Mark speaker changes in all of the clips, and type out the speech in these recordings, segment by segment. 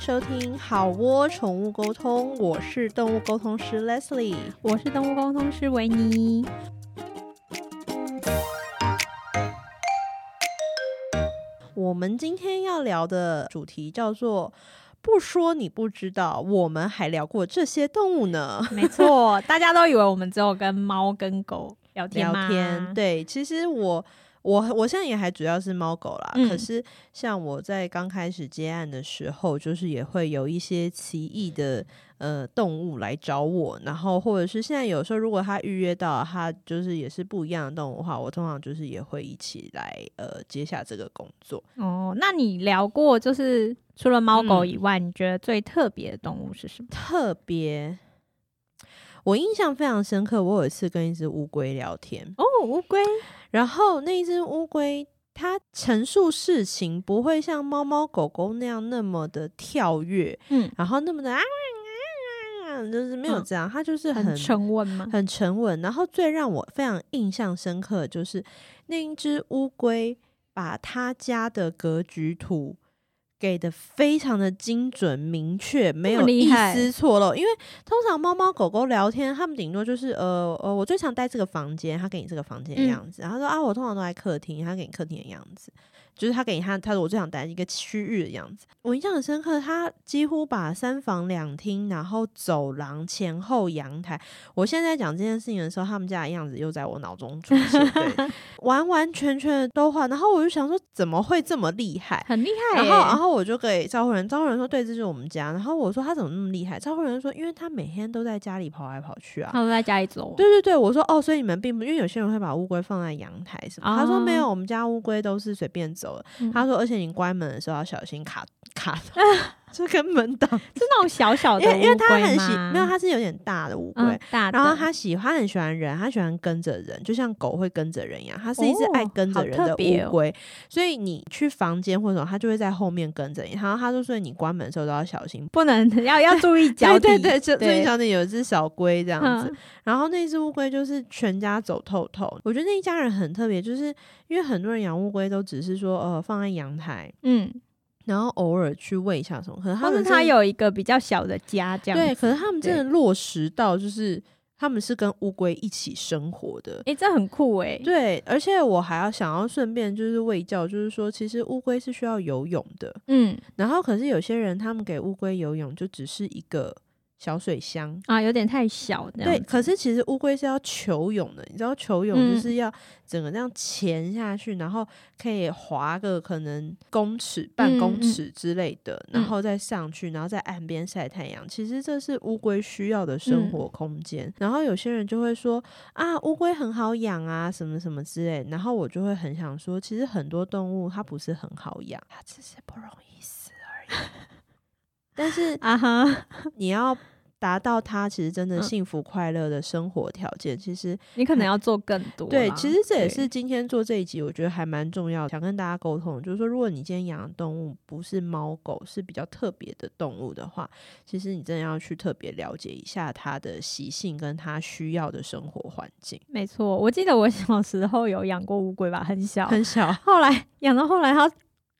Speaker 1: 收听好窝宠物沟通，我是动物沟通师 Leslie。
Speaker 2: 我是动物沟通师维尼。
Speaker 1: 我们今天要聊的主题叫做“不说你不知道”，我们还聊过这些动物呢。
Speaker 2: 没错，大家都以为我们只有跟猫跟狗聊天
Speaker 1: 聊
Speaker 2: 吗
Speaker 1: 天，，对，其实我我我现在也还主要是猫狗啦，
Speaker 2: 嗯
Speaker 1: 可是像我在刚开始接案的时候，就是也会有一些奇异的呃动物来找我，然后或者是现在有时候如果他预约到他就是也是不一样的动物的话，我通常就是也会一起来呃接下这个工作。
Speaker 2: 哦，那你聊过就是除了猫狗
Speaker 1: 嗯
Speaker 2: 以外，你觉得最特别的动物是什么？
Speaker 1: 特别，我印象非常深刻。我有一次跟一只乌龟聊天，
Speaker 2: 哦，乌龟。
Speaker 1: 然后那一只乌龟它陈述事情不会像猫猫狗狗那样那么的跳跃，
Speaker 2: 嗯，
Speaker 1: 然后那么的啊啊啊，就是没有
Speaker 2: 嗯
Speaker 1: 这样，它就是
Speaker 2: 很
Speaker 1: 很
Speaker 2: 沉稳吗？
Speaker 1: 很沉稳。然后最让我非常印象深刻的就是那一只乌龟把他家的格局图给的非常的精准明确，没
Speaker 2: 么
Speaker 1: 有
Speaker 2: 厉
Speaker 1: 一
Speaker 2: 害
Speaker 1: 丝错漏。因为通常猫猫狗狗聊天，它们顶多就是呃呃，我最常待这个房间，他给你这个房间的
Speaker 2: 嗯
Speaker 1: 样子。然后说啊，我通常都在客厅，他给你客厅的样子。就是他给你他他说我最想待一个区域的样子。我印象很深刻，他几乎把三房两厅，然后走廊、前后阳台。我现在讲这件事情的时候，他们家的样子又在我脑中出现， 对，完完全全的都换。然后我就想说，怎么会这么厉害？
Speaker 2: 很厉害
Speaker 1: 然
Speaker 2: 耶、
Speaker 1: 后，然后我就给赵慧仁，赵慧仁说：“对，这是我们家。”然后我说：“他怎么那么厉害？”赵慧仁说：“因为他每天都在家里跑来跑去啊。”
Speaker 2: 他都在家里走。
Speaker 1: 对对对，我说哦，所以你们并不，因为有些人会把乌龟放在阳台什么，他说没有，
Speaker 2: 哦
Speaker 1: 我们家乌龟都是随便走的。
Speaker 2: 嗯
Speaker 1: 他说，而且你关门的时候要小心卡卡 到就跟门挡，
Speaker 2: 是那种小小的
Speaker 1: 因为因为它
Speaker 2: 乌龟
Speaker 1: 很喜
Speaker 2: 吗，
Speaker 1: 没有，它是有点大的乌龟。
Speaker 2: 嗯大的，
Speaker 1: 然后它喜欢很喜欢人，它喜欢跟着人，就像狗会跟着人一样，它是一只
Speaker 2: 哦
Speaker 1: 爱跟着人
Speaker 2: 好
Speaker 1: 的
Speaker 2: 特别
Speaker 1: 乌
Speaker 2: 哦
Speaker 1: 龟。所以你去房间或者什么，它就会在后面跟着你。然后它就说你关门的时候都要小 心，
Speaker 2: 不能 要要注意脚
Speaker 1: 对
Speaker 2: 底。
Speaker 1: 对对，就最
Speaker 2: 对
Speaker 1: 小的有一只小龟这样子。
Speaker 2: 嗯
Speaker 1: 然后那只乌龟就是全家走透透。我觉得那一家人很特别，就是因为很多人养乌龟都只是说呃放在阳台，
Speaker 2: 嗯，
Speaker 1: 然后偶尔去喂一下什么，可是他
Speaker 2: 或
Speaker 1: 们真
Speaker 2: 是
Speaker 1: 的
Speaker 2: 它有一个比较小的家这样子。
Speaker 1: 对，可是他们真
Speaker 2: 对
Speaker 1: 的落实到就是他们是跟乌龟一起生活的。
Speaker 2: 哎、这很酷哎、
Speaker 1: 对，而且我还要想要顺便就是喂教，就是说，其实乌龟是需要游泳的。
Speaker 2: 嗯
Speaker 1: 然后，可是有些人他们给乌龟游泳就只是一个小水箱，
Speaker 2: 啊，有点太小这样
Speaker 1: 对，
Speaker 2: 子
Speaker 1: 可是其实乌龟是要求泳的，你知道求泳就
Speaker 2: 嗯
Speaker 1: 是要整个这样潜下去，然后可以划个可能公尺、半
Speaker 2: 嗯
Speaker 1: 公
Speaker 2: 嗯
Speaker 1: 尺之类的，然
Speaker 2: 嗯
Speaker 1: 后再上去，然后在岸边晒太阳。其实这是乌龟需要的生
Speaker 2: 嗯
Speaker 1: 活空间。然后有些人就会说啊，乌龟很好养啊，什么什么之类。然后我就会很想说，其实很多动物它不是很好养，
Speaker 2: 啊
Speaker 1: 它只是不容易死而已。 但是
Speaker 2: 啊哈，
Speaker 1: 你要达到他其实真的
Speaker 2: 嗯
Speaker 1: 幸福快乐的生活条件，其实
Speaker 2: 你可能要做更多啦。
Speaker 1: 嗯对，其实这也是
Speaker 2: 对
Speaker 1: 今天做这一集，我觉得还蛮重要的，想跟大家沟通，就是说，如果你今天养的动物不是猫狗，是比较特别的动物的话，其实你真的要去特别了解一下它的习性跟它需要的生活环境。
Speaker 2: 没错。我记得我小时候有养过乌龟吧，很小，
Speaker 1: 很小，
Speaker 2: 后来养到后来它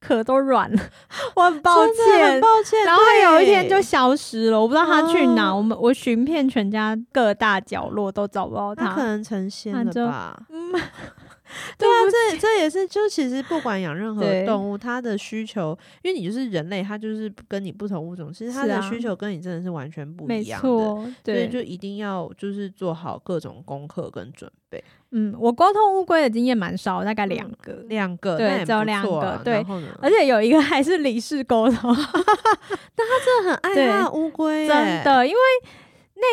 Speaker 2: 壳都软了， 我很抱
Speaker 1: 真的很
Speaker 2: 歉。
Speaker 1: 抱歉。
Speaker 2: 然后它有一天就
Speaker 1: 对
Speaker 2: 消失了，我不知道它去哪。
Speaker 1: 哦
Speaker 2: 我们我寻遍全家各大角落都找不到
Speaker 1: 它可
Speaker 2: 它。
Speaker 1: 能成仙
Speaker 2: 它
Speaker 1: 了
Speaker 2: 就
Speaker 1: 吧？
Speaker 2: 嗯，
Speaker 1: 对啊，这这也是，就其实不管养任何
Speaker 2: 对
Speaker 1: 动物，它的需求，因为你就是人类，它就是跟你不同物种，其实它
Speaker 2: 是
Speaker 1: 的
Speaker 2: 啊
Speaker 1: 需求跟你真的是完全不
Speaker 2: 没
Speaker 1: 一样的，
Speaker 2: 错，
Speaker 1: 所
Speaker 2: 对
Speaker 1: 以，就一定要就是做好各种功课跟准备。
Speaker 2: 嗯，我沟通乌龟的经验蛮少，大
Speaker 1: 嗯
Speaker 2: 概两个。
Speaker 1: 两个，
Speaker 2: 对
Speaker 1: 那也
Speaker 2: 只有
Speaker 1: 不错啊
Speaker 2: 两个对
Speaker 1: 然后呢，
Speaker 2: 而且有一个还是理事沟通，
Speaker 1: 真的 很爱
Speaker 2: 对
Speaker 1: 它的哎乌龟，
Speaker 2: 真。的，因为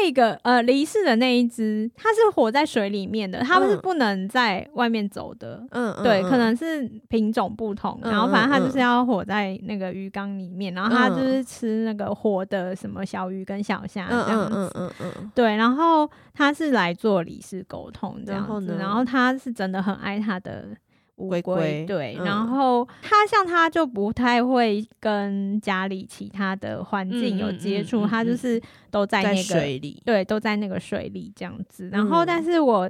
Speaker 2: 那个呃离世的那一只，它是活在水里面的，它们是
Speaker 1: 嗯
Speaker 2: 不能在外面走的。
Speaker 1: 嗯，嗯
Speaker 2: 对，
Speaker 1: 嗯
Speaker 2: 可能是品种不同，
Speaker 1: 嗯
Speaker 2: 然后反正它
Speaker 1: 嗯
Speaker 2: 就是要活在那个鱼缸里面，然后它
Speaker 1: 嗯
Speaker 2: 就是吃那个活的什么小鱼跟小虾
Speaker 1: 嗯
Speaker 2: 这样
Speaker 1: 嗯
Speaker 2: 子。
Speaker 1: 嗯嗯嗯，
Speaker 2: 对，然后他是来做理事沟通这样
Speaker 1: 然后
Speaker 2: 子，
Speaker 1: 呢
Speaker 2: 然后他是真的很爱他的乌
Speaker 1: 龟龟
Speaker 2: 对，
Speaker 1: 嗯
Speaker 2: 然后他像他就不太会跟家里其他的环境有接
Speaker 1: 嗯
Speaker 2: 触，
Speaker 1: 嗯嗯嗯
Speaker 2: 他就是都在
Speaker 1: 在
Speaker 2: 那个
Speaker 1: 水里，
Speaker 2: 对，都在那个水里这样子。然后，
Speaker 1: 嗯
Speaker 2: 但是我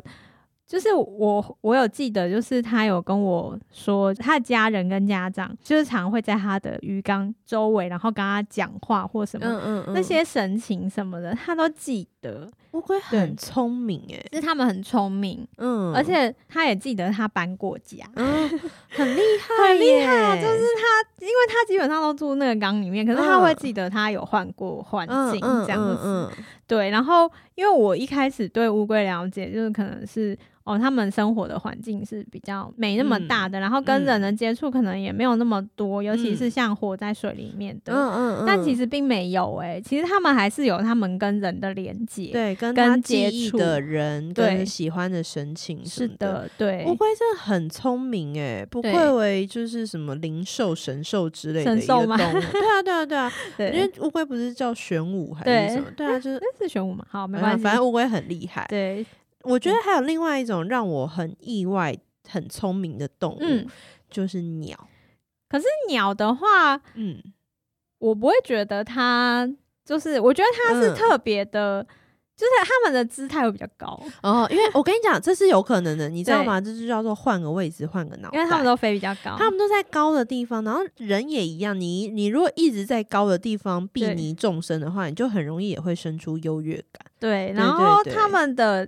Speaker 2: 就是我我有记得，就是他有跟我说，他的家人跟家长就是常会在他的鱼缸周围，然后跟他讲话或什么。
Speaker 1: 嗯嗯嗯，
Speaker 2: 那些神情什么的，他都记得，
Speaker 1: 乌龟
Speaker 2: 对
Speaker 1: 很聪明哎、
Speaker 2: 就是他们很聪明，
Speaker 1: 嗯，
Speaker 2: 而且他也记得他搬过家，
Speaker 1: 嗯很厉害，
Speaker 2: 很厉害啊！就是他，因为他基本上都住那个缸里面，可是他
Speaker 1: 嗯
Speaker 2: 会记得他有换过环
Speaker 1: 嗯
Speaker 2: 境
Speaker 1: 嗯
Speaker 2: 这样子。
Speaker 1: 嗯嗯
Speaker 2: 对，然后因为我一开始对乌龟了解，就是可能是哦，他们生活的环境是比较没那么大
Speaker 1: 嗯
Speaker 2: 的，然后跟人的接触可能也没有那么多，尤其是像活在水里面的。
Speaker 1: 嗯嗯嗯，
Speaker 2: 但其
Speaker 1: 实
Speaker 2: 实并没有诶、其实他们还是有他们跟人的连接。，
Speaker 1: 对跟
Speaker 2: 跟
Speaker 1: 他
Speaker 2: 接
Speaker 1: 记忆
Speaker 2: 触
Speaker 1: 的人
Speaker 2: 对
Speaker 1: 跟喜欢的神情什
Speaker 2: 是
Speaker 1: 么的。
Speaker 2: 的，对
Speaker 1: 乌。龟真的很聪明哎、不
Speaker 2: 对
Speaker 1: 愧为就是什么灵兽、神兽之类的
Speaker 2: 神
Speaker 1: 一个
Speaker 2: 兽
Speaker 1: 动
Speaker 2: 吗
Speaker 1: 物。对啊，对啊，对啊，因为
Speaker 2: 对，
Speaker 1: 乌龟不是叫玄武还是什么？对 啊，就是
Speaker 2: 那是玄武嘛？好，没
Speaker 1: 没
Speaker 2: 关
Speaker 1: 哎
Speaker 2: 系。
Speaker 1: 反正乌龟很厉害。
Speaker 2: 对，嗯
Speaker 1: 我觉得还有另外一种让我很意外、很聪明的动物，
Speaker 2: 嗯。
Speaker 1: 就是鸟。
Speaker 2: 可是鸟的话，
Speaker 1: 嗯，
Speaker 2: 我不会觉得它就是，我觉得它是
Speaker 1: 嗯
Speaker 2: 特别的，就是它们的姿态会比较高，
Speaker 1: 哦，因为我跟你讲，这是有可能的，你知道吗？这就叫做换个位置，换个脑袋。
Speaker 2: 因为它们都飞比较高。
Speaker 1: 他们都在高的地方，然后人也一样。你你如果一直在高的地方避
Speaker 2: 对
Speaker 1: 睨众生的话，你就很容易也会生出优越感。
Speaker 2: 对，
Speaker 1: 对
Speaker 2: 然后
Speaker 1: 对
Speaker 2: 它们的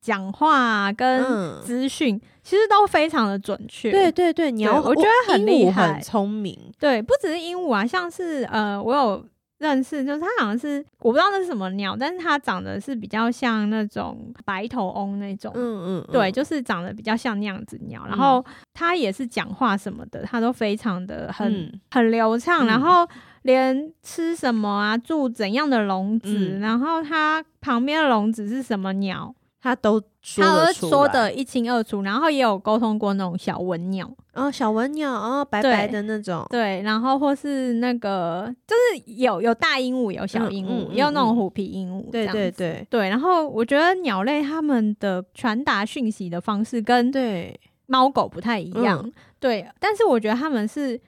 Speaker 2: 讲话、啊、跟
Speaker 1: 嗯，
Speaker 2: 资讯、其实都非常的准确。
Speaker 1: 对对对，鸟
Speaker 2: 我觉得很
Speaker 1: 鹦
Speaker 2: 厉
Speaker 1: 鹉
Speaker 2: 害
Speaker 1: 很聪明。
Speaker 2: 对，不只是鹦鹉啊，像是呃，我有认识，就是它好像是我不知道那是什么鸟，但是它长得是比较像那种白头翁那种。
Speaker 1: 嗯嗯，嗯
Speaker 2: 对，就是长得比较像那样子鸟，然
Speaker 1: 嗯
Speaker 2: 后它也是讲话什么的，它都非常的很、
Speaker 1: 嗯
Speaker 2: 很流畅，然
Speaker 1: 嗯
Speaker 2: 后连吃什么啊，住怎样的笼子，
Speaker 1: 嗯
Speaker 2: 然后它旁边的笼子是什么鸟，
Speaker 1: 他都说
Speaker 2: 它都
Speaker 1: 得出
Speaker 2: 说
Speaker 1: 来。
Speaker 2: 的一清二楚，然后也有沟通过那种小文鸟，
Speaker 1: 哦，小文鸟哦，白
Speaker 2: 对
Speaker 1: 白的那种。
Speaker 2: 对，然后或是那个就是有有大鹦鹉，有小
Speaker 1: 嗯
Speaker 2: 鹦鹉，
Speaker 1: 嗯
Speaker 2: 也有那
Speaker 1: 嗯
Speaker 2: 种
Speaker 1: 嗯
Speaker 2: 虎皮鹦鹉，
Speaker 1: 对
Speaker 2: 这样
Speaker 1: 对
Speaker 2: 子
Speaker 1: 对
Speaker 2: 对，然后我觉得鸟类它们的传达讯息的方式跟
Speaker 1: 对，
Speaker 2: 猫狗不太一样，
Speaker 1: 嗯
Speaker 2: 对，但是我觉得他们是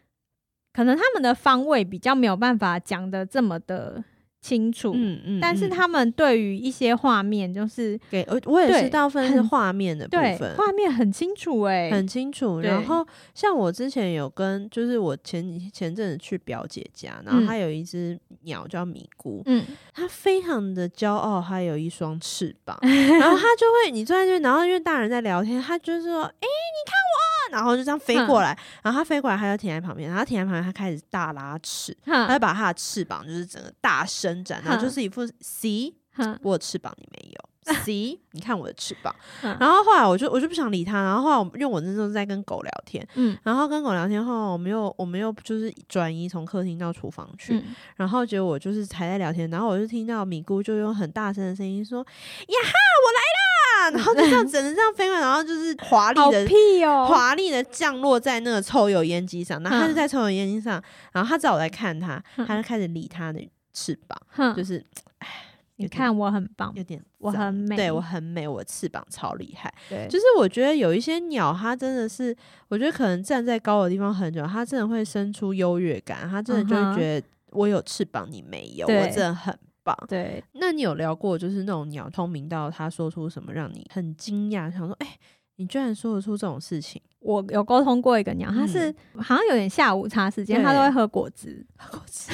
Speaker 2: 可能他们的方位比较没有办法讲的这么的清楚，
Speaker 1: 嗯嗯。
Speaker 2: 但是
Speaker 1: 嗯
Speaker 2: 他们对于一些画面就是
Speaker 1: 给我我也
Speaker 2: 对
Speaker 1: 是大部分是
Speaker 2: 很
Speaker 1: 画面的部
Speaker 2: 对
Speaker 1: 分，
Speaker 2: 画面很清楚哎、
Speaker 1: 很清楚。
Speaker 2: 对
Speaker 1: 然后像我之前有跟，就是我前几前阵子去表姐家，然后
Speaker 2: 嗯
Speaker 1: 她有一只鸟叫米姑，
Speaker 2: 嗯，
Speaker 1: 她非常的骄傲，她有一双翅 膀，然后她就会你坐在这，然后因为大人在聊天，她就是说，哎、你看我，然后就这样飞过来，然后她飞过来，她就停在旁边，然后停在旁边，她开始大拉翅。她
Speaker 2: 哈
Speaker 1: 就把她的翅膀就是整个大伸展，然后就是一副 “see
Speaker 2: 哈
Speaker 1: 我有翅膀你没有，see 你看我的翅膀”，
Speaker 2: 哈
Speaker 1: 然后后来我就我就不想理他，然后后来我因为我那时候在跟狗聊天，
Speaker 2: 嗯
Speaker 1: 然后跟狗聊天后，我们又我们又就是转移从客厅到厨房去，
Speaker 2: 嗯，
Speaker 1: 然后结果我就是还在聊天，然后我就听到米姑就用很大声的声音说：“呀哈，我来啦！” 然后就这 样整个这样飞过来，然后就是华
Speaker 2: 好
Speaker 1: 丽的。
Speaker 2: 屁哦、
Speaker 1: 华丽的降落在那个抽油烟机上，然后他就
Speaker 2: 嗯
Speaker 1: 在抽油烟机上，然后他知道我在看他，
Speaker 2: 嗯
Speaker 1: 他就开始理他的翅膀，
Speaker 2: 哼
Speaker 1: 就是
Speaker 2: 你看我很棒，
Speaker 1: 有点
Speaker 2: 我
Speaker 1: 脏
Speaker 2: 很美
Speaker 1: 对我很美，我翅膀超厉害。
Speaker 2: 对，
Speaker 1: 就是我觉得有一些鸟，它真的是，我觉得可能站在高的地方很久，它真的会生出优越感，它真的就
Speaker 2: 嗯哼
Speaker 1: 会觉得我有翅膀，你没有，
Speaker 2: 对
Speaker 1: 我真的很棒。
Speaker 2: 对，
Speaker 1: 那你有聊过，就是那种鸟聪明到它说出什么让你很惊讶，想说，哎、你居然说得出这种事情？
Speaker 2: 我有沟通过一个鸟，它是、好像有点下午茶时间，它
Speaker 1: 嗯对
Speaker 2: 都会喝果汁，
Speaker 1: 果汁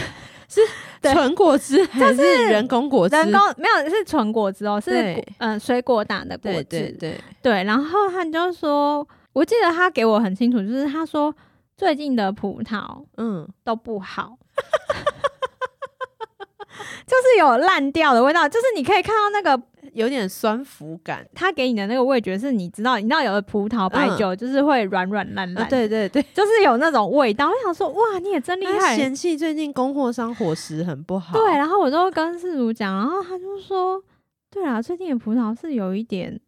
Speaker 1: 是
Speaker 2: 对
Speaker 1: 纯果 汁还是人工果汁？
Speaker 2: 人工没有是纯果汁哦，是
Speaker 1: 对
Speaker 2: 嗯、呃水果打的果
Speaker 1: 对
Speaker 2: 汁，
Speaker 1: 对对，
Speaker 2: 对，然后他就说，我记得他给我很清楚，就是他说最近的葡萄
Speaker 1: 嗯，
Speaker 2: 都不 好，就是有烂掉的味道，就是你可以看到那个
Speaker 1: 有点酸腐感。
Speaker 2: 他给你的那个味觉是你知道，你知道有的葡萄白酒就是会软软烂
Speaker 1: 嗯啊，
Speaker 2: 烂，，
Speaker 1: 对对对，
Speaker 2: 就是有那种味道。我想说，哇，你也真厉
Speaker 1: 他
Speaker 2: 害，
Speaker 1: 嫌弃最近供货商伙食很不好。
Speaker 2: 对。啊然后我就跟世如讲，然后他就说，对啦，最近的葡萄是有一点。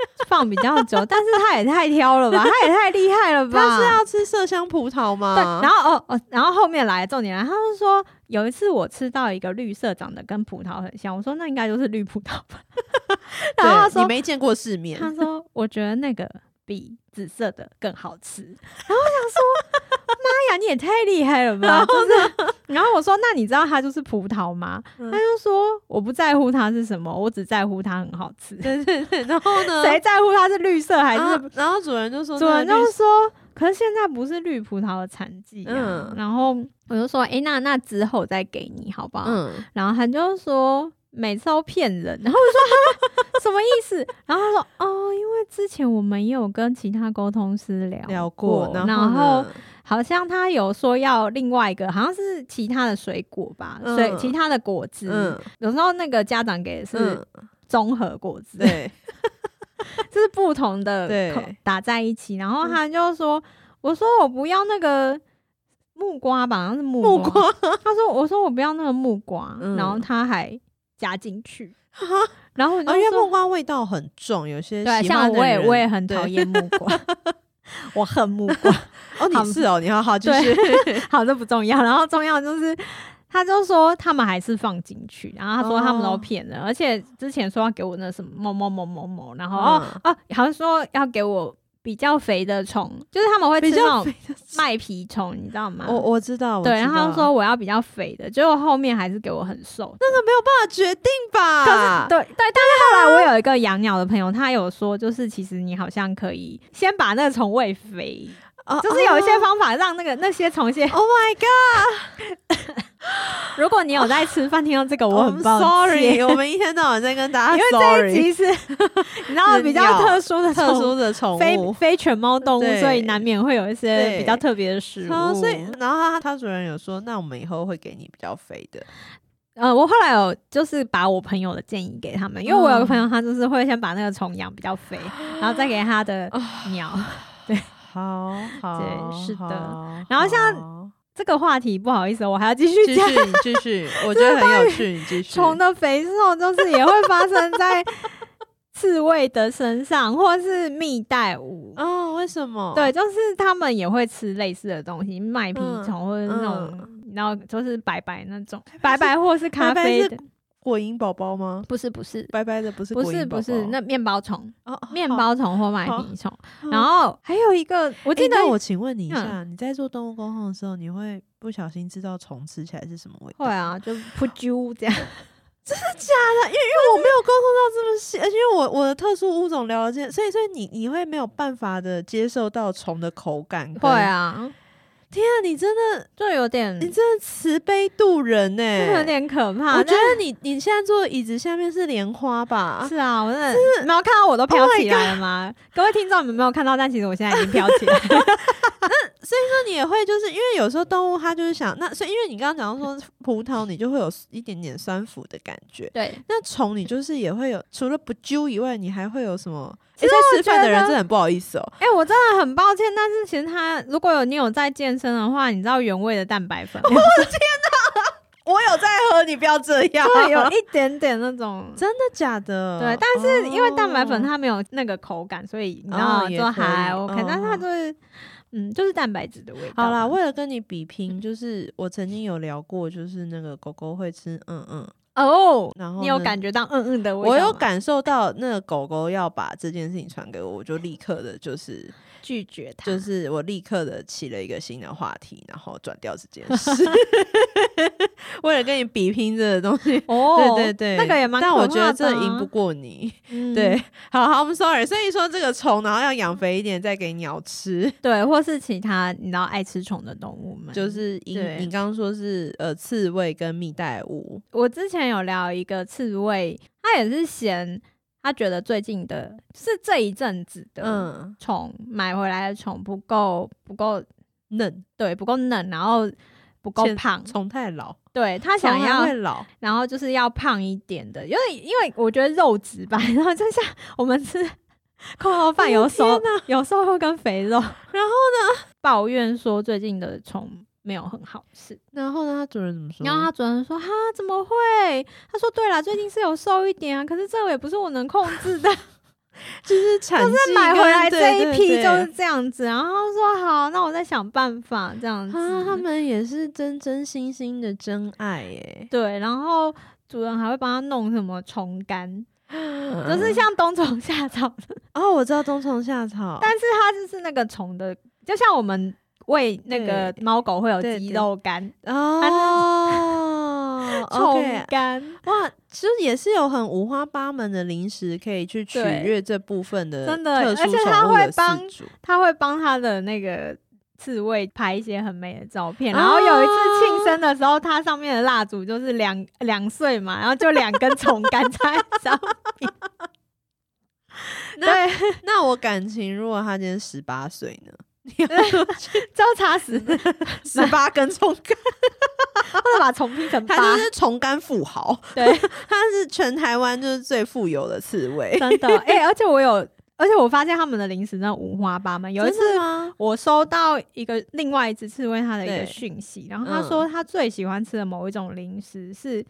Speaker 2: 放比较久，但是他也太挑了吧，他也太厉害了吧？
Speaker 1: 他是要嗯吃麝香葡萄吗？
Speaker 2: 对，然后哦哦，然后后面来重点来，他就说有一次我吃到一个绿色长得跟葡萄很像，我说那应该就是绿葡萄吧。 然后他
Speaker 1: 对你
Speaker 2: 说
Speaker 1: 没见过世 面，
Speaker 2: 他说我觉得那个比紫色的更好吃。然后我想说，妈呀，你也太厉害了吧！就是然后我说：“那你知道它就是葡萄吗？”
Speaker 1: 嗯
Speaker 2: 他就说：“我不在乎它是什么，我只在乎它很好吃。
Speaker 1: 对对对，然后呢？
Speaker 2: 谁在乎它是绿色还
Speaker 1: 然
Speaker 2: 是
Speaker 1: 后然后啊主人就说，
Speaker 2: 主人
Speaker 1: 那个
Speaker 2: 就
Speaker 1: 绿
Speaker 2: 说，可是现在不是绿葡萄的产季啊。
Speaker 1: 嗯
Speaker 2: 然后我就说，哎、那那之后再给你好不好？
Speaker 1: 嗯，
Speaker 2: 然后他就说。每次都骗人，然后我说哈什么意思？然后他说哦，因为之前我们也有跟其他沟通师聊
Speaker 1: 聊
Speaker 2: 过
Speaker 1: 过，，
Speaker 2: 然
Speaker 1: 后呢
Speaker 2: 好像他有说要另外一个，好像是其他的水果吧，
Speaker 1: 嗯
Speaker 2: 水其他的果汁，
Speaker 1: 嗯
Speaker 2: 有时候那个家长给的是
Speaker 1: 嗯，
Speaker 2: 综合果汁，
Speaker 1: 对，
Speaker 2: 就是不同的
Speaker 1: 对嗯
Speaker 2: 口打在一起，然后他就说：“我说我不要那个木瓜吧，好像是木
Speaker 1: 木
Speaker 2: 瓜。
Speaker 1: 瓜，
Speaker 2: 他说：“我说我不要那个木瓜。
Speaker 1: 嗯
Speaker 2: 然后他还加进 去，然后我 就
Speaker 1: 哦因为
Speaker 2: 说：“
Speaker 1: 木瓜味道很重，有些
Speaker 2: 对，啊
Speaker 1: 喜欢
Speaker 2: 像
Speaker 1: 的
Speaker 2: 我也
Speaker 1: 人
Speaker 2: 我 也很讨厌木 瓜，我恨木瓜。
Speaker 1: 哦，
Speaker 2: 好
Speaker 1: 你是哦，你好好继
Speaker 2: 对
Speaker 1: 续，
Speaker 2: 好，这不重要。然后重要就是。”他就说他们还是放进去，然后他说他们都
Speaker 1: 哦
Speaker 2: 骗人，而且之前说要给我那什么某某某某某，然后、
Speaker 1: 嗯
Speaker 2: 哦哦，好像说要给我比较肥的虫，就是他们会吃
Speaker 1: 比
Speaker 2: 那
Speaker 1: 较
Speaker 2: 种
Speaker 1: 肥的虫
Speaker 2: 麦皮虫，你知道吗？
Speaker 1: 我我知哦道，我
Speaker 2: 对，
Speaker 1: 知
Speaker 2: 然后他
Speaker 1: 道
Speaker 2: 就说我要比较肥的，结果后面还是给我很瘦。
Speaker 1: 那个没有办法决定吧？
Speaker 2: 但是对对，但是后来我有一个养鸟的朋友，他有说，就是其实你好像可以先把那个虫喂肥，
Speaker 1: 哦
Speaker 2: 就是有一些
Speaker 1: 哦
Speaker 2: 方法让那个那些虫先。
Speaker 1: Oh my god！
Speaker 2: 如果你有在吃饭听到这个，我很
Speaker 1: I'm
Speaker 2: 抱歉
Speaker 1: sorry，我们一天到晚在跟大
Speaker 2: 因
Speaker 1: 家
Speaker 2: 为这
Speaker 1: sorry。
Speaker 2: 一集 是你知道
Speaker 1: 人
Speaker 2: 比较
Speaker 1: 鸟
Speaker 2: 特殊的
Speaker 1: 特
Speaker 2: 宠
Speaker 1: 殊的宠
Speaker 2: 非
Speaker 1: 物。
Speaker 2: 非犬猫动物，
Speaker 1: 对
Speaker 2: 所以难免会有一些
Speaker 1: 对
Speaker 2: 比较特别的食物。
Speaker 1: 超所以，然后他他主人有说，那我们以后会给你比较肥的，
Speaker 2: 呃，我后来有就是把我朋友的建议给他们，因为我有个朋友，他就是会先把那个虫养比较肥，然后再给他的鸟。
Speaker 1: 好好
Speaker 2: 对是的
Speaker 1: 好
Speaker 2: 然后像
Speaker 1: 好
Speaker 2: 这个话题不好意思，我还要继续
Speaker 1: 继续
Speaker 2: 讲。
Speaker 1: 你继 续，我觉得很有趣，你继续。
Speaker 2: 虫的肥瘦就是也会发生在刺猬的身上，或是蜜袋鼯。
Speaker 1: 哦，为什么？
Speaker 2: 对，就是他们也会吃类似的东西，麦皮虫或者是那种，你知道，就是白白那种，嗯白白或是咖
Speaker 1: 白白
Speaker 2: 啡
Speaker 1: 是
Speaker 2: 的，
Speaker 1: 果蝇宝宝吗？
Speaker 2: 不是不是，
Speaker 1: 白白的不是
Speaker 2: 不
Speaker 1: 果
Speaker 2: 是
Speaker 1: 蝇宝宝
Speaker 2: 不是，那面包虫，
Speaker 1: 哦
Speaker 2: 面。
Speaker 1: 好
Speaker 2: 包虫或麦
Speaker 1: 好
Speaker 2: 皮虫，
Speaker 1: 嗯
Speaker 2: 然后还有一个，我
Speaker 1: 诶
Speaker 2: 记得
Speaker 1: 那我请问你一嗯下，你在做动物沟通的时候，你会不小心知道虫吃起来是什么味道？
Speaker 2: 会啊，就扑啾这样，
Speaker 1: 我没有沟通到这么细，而且因为我我的特殊物种了了解，所以所以你你会没有办法的接受到虫的口感。
Speaker 2: 会！啊，
Speaker 1: 天啊，你真的
Speaker 2: 就有点，
Speaker 1: 你真的慈悲度人呢、
Speaker 2: 就有点可怕。
Speaker 1: 我觉
Speaker 2: 但
Speaker 1: 得你你现在坐的椅子下面是莲花吧？
Speaker 2: 是啊，我真的没有看到我都飘
Speaker 1: Oh my
Speaker 2: 起来了吗？各位听众，你们没有看到，但其实我现在已经飘起来了。
Speaker 1: 那你也会就是因为有时候动物它就是想那，所以因为你刚刚讲到说葡萄，你就会有一点点酸腐的感觉。
Speaker 2: 对，
Speaker 1: 那虫你就是也会有，除了不揪以外，你还会有什么？欸、
Speaker 2: 其实
Speaker 1: 在
Speaker 2: 我
Speaker 1: 吃饭的
Speaker 2: 觉
Speaker 1: 人
Speaker 2: 得
Speaker 1: 真的很不好意思哦、
Speaker 2: 哎，我真的很抱歉，但是其实他如果有你有在健身的话，你知道原味的蛋白粉
Speaker 1: 我有在喝，你不要这样。
Speaker 2: 会 有一点点那 种。
Speaker 1: 真的假的？
Speaker 2: 对，但是因为蛋白粉
Speaker 1: 哦
Speaker 2: 它没有那个口感，所以你知
Speaker 1: 哦
Speaker 2: 道
Speaker 1: 也
Speaker 2: 就
Speaker 1: 可
Speaker 2: 还
Speaker 1: 以
Speaker 2: OK，但是它
Speaker 1: 嗯
Speaker 2: 就是，嗯，就是蛋白质的味道吧。
Speaker 1: 好啦，为了跟你比拼，就是我曾经有聊过，就是那个狗狗会吃嗯嗯，
Speaker 2: 哦，
Speaker 1: 然后
Speaker 2: 你有
Speaker 1: 呢
Speaker 2: 感觉到嗯嗯的味道
Speaker 1: 我
Speaker 2: 吗？
Speaker 1: 有感受到那个狗狗要把这件事情传给我，我就立刻的， 就是
Speaker 2: 拒绝它，
Speaker 1: 就是我立刻的起了一个新的话题，然后转掉这件 事。为了跟你比拼这个东西，
Speaker 2: 哦
Speaker 1: 对对对，
Speaker 2: 那个也蛮可
Speaker 1: 但
Speaker 2: 怕的啊，
Speaker 1: 我觉得这赢不过你。
Speaker 2: 嗯
Speaker 1: 对，好好，I'm sorry。所以说这个虫，然后要养肥一点，再给鸟吃。
Speaker 2: 对，或是其他你知道爱吃虫的动物们，
Speaker 1: 就是你
Speaker 2: 嗯对
Speaker 1: 你刚刚说是呃刺猬跟蜜袋鼯，
Speaker 2: 我之前有聊一个刺猬，他也是嫌他觉得最近的是这一阵子的
Speaker 1: 嗯，
Speaker 2: 虫、买回来的虫不够不够
Speaker 1: 嫩，
Speaker 2: 对不够嫩，然后不够
Speaker 1: 欠
Speaker 2: 胖，
Speaker 1: 虫太老，
Speaker 2: 对他想
Speaker 1: 虫还
Speaker 2: 要
Speaker 1: 会老，
Speaker 2: 然后就是要胖一点的，因为因为我觉得肉质吧， 然后就像我们吃 空肉饭，
Speaker 1: 哦
Speaker 2: 有时候有时候会跟肥肉，然后呢抱怨说最近的虫没有很好吃，
Speaker 1: 然后呢，它主人怎么说？
Speaker 2: 然后他主人说哈怎么会？他说对啦，最近是有瘦一点啊，可是这个也不是我能控制 的，
Speaker 1: 就是产就是
Speaker 2: 买回来这一批就是这样子，然后他说好，那我再想办法这样子，
Speaker 1: 啊，他们也是真真心心的真爱耶，
Speaker 2: 对，然后主人还会帮他弄什么虫干，
Speaker 1: 就
Speaker 2: 就是像冬虫夏草
Speaker 1: 哦，我知道冬虫夏草，
Speaker 2: 但是它就是那个虫的，就像我们喂那个
Speaker 1: 对
Speaker 2: 猫狗会有
Speaker 1: 对
Speaker 2: 鸡
Speaker 1: 对
Speaker 2: 肉干、
Speaker 1: 哦
Speaker 2: 虫
Speaker 1: ，OK，
Speaker 2: 干，
Speaker 1: 哇，其实也是有很五花八门的零食可以去取
Speaker 2: 对
Speaker 1: 悦这部分的
Speaker 2: 真的
Speaker 1: 特殊
Speaker 2: 而且
Speaker 1: 宠
Speaker 2: 它
Speaker 1: 物
Speaker 2: 会
Speaker 1: 的
Speaker 2: 帮
Speaker 1: 饲主。
Speaker 2: 他会帮他的那个刺猬拍一些很美的照片。
Speaker 1: 啊
Speaker 2: 然后有一次庆生的时候，它上面的蜡烛就是两两岁嘛，然后就两根虫干在上 面。
Speaker 1: 那
Speaker 2: 对，
Speaker 1: 那我感情，如果他今天十八岁呢？
Speaker 2: 交叉死， 或者
Speaker 1: 十八根葱干，
Speaker 2: 把虫拼成八
Speaker 1: 他。就是虫干富豪，
Speaker 2: 对，
Speaker 1: 他是全台湾就是最富有的刺猬。
Speaker 2: 真的。哎、而且我有，而且我发现他们的零食真的五花八门。有一次
Speaker 1: 真的吗？
Speaker 2: 我收到一个另外一只刺猬它的一个
Speaker 1: 对嗯
Speaker 2: 讯息，然后他说他最喜欢吃的某一种零食是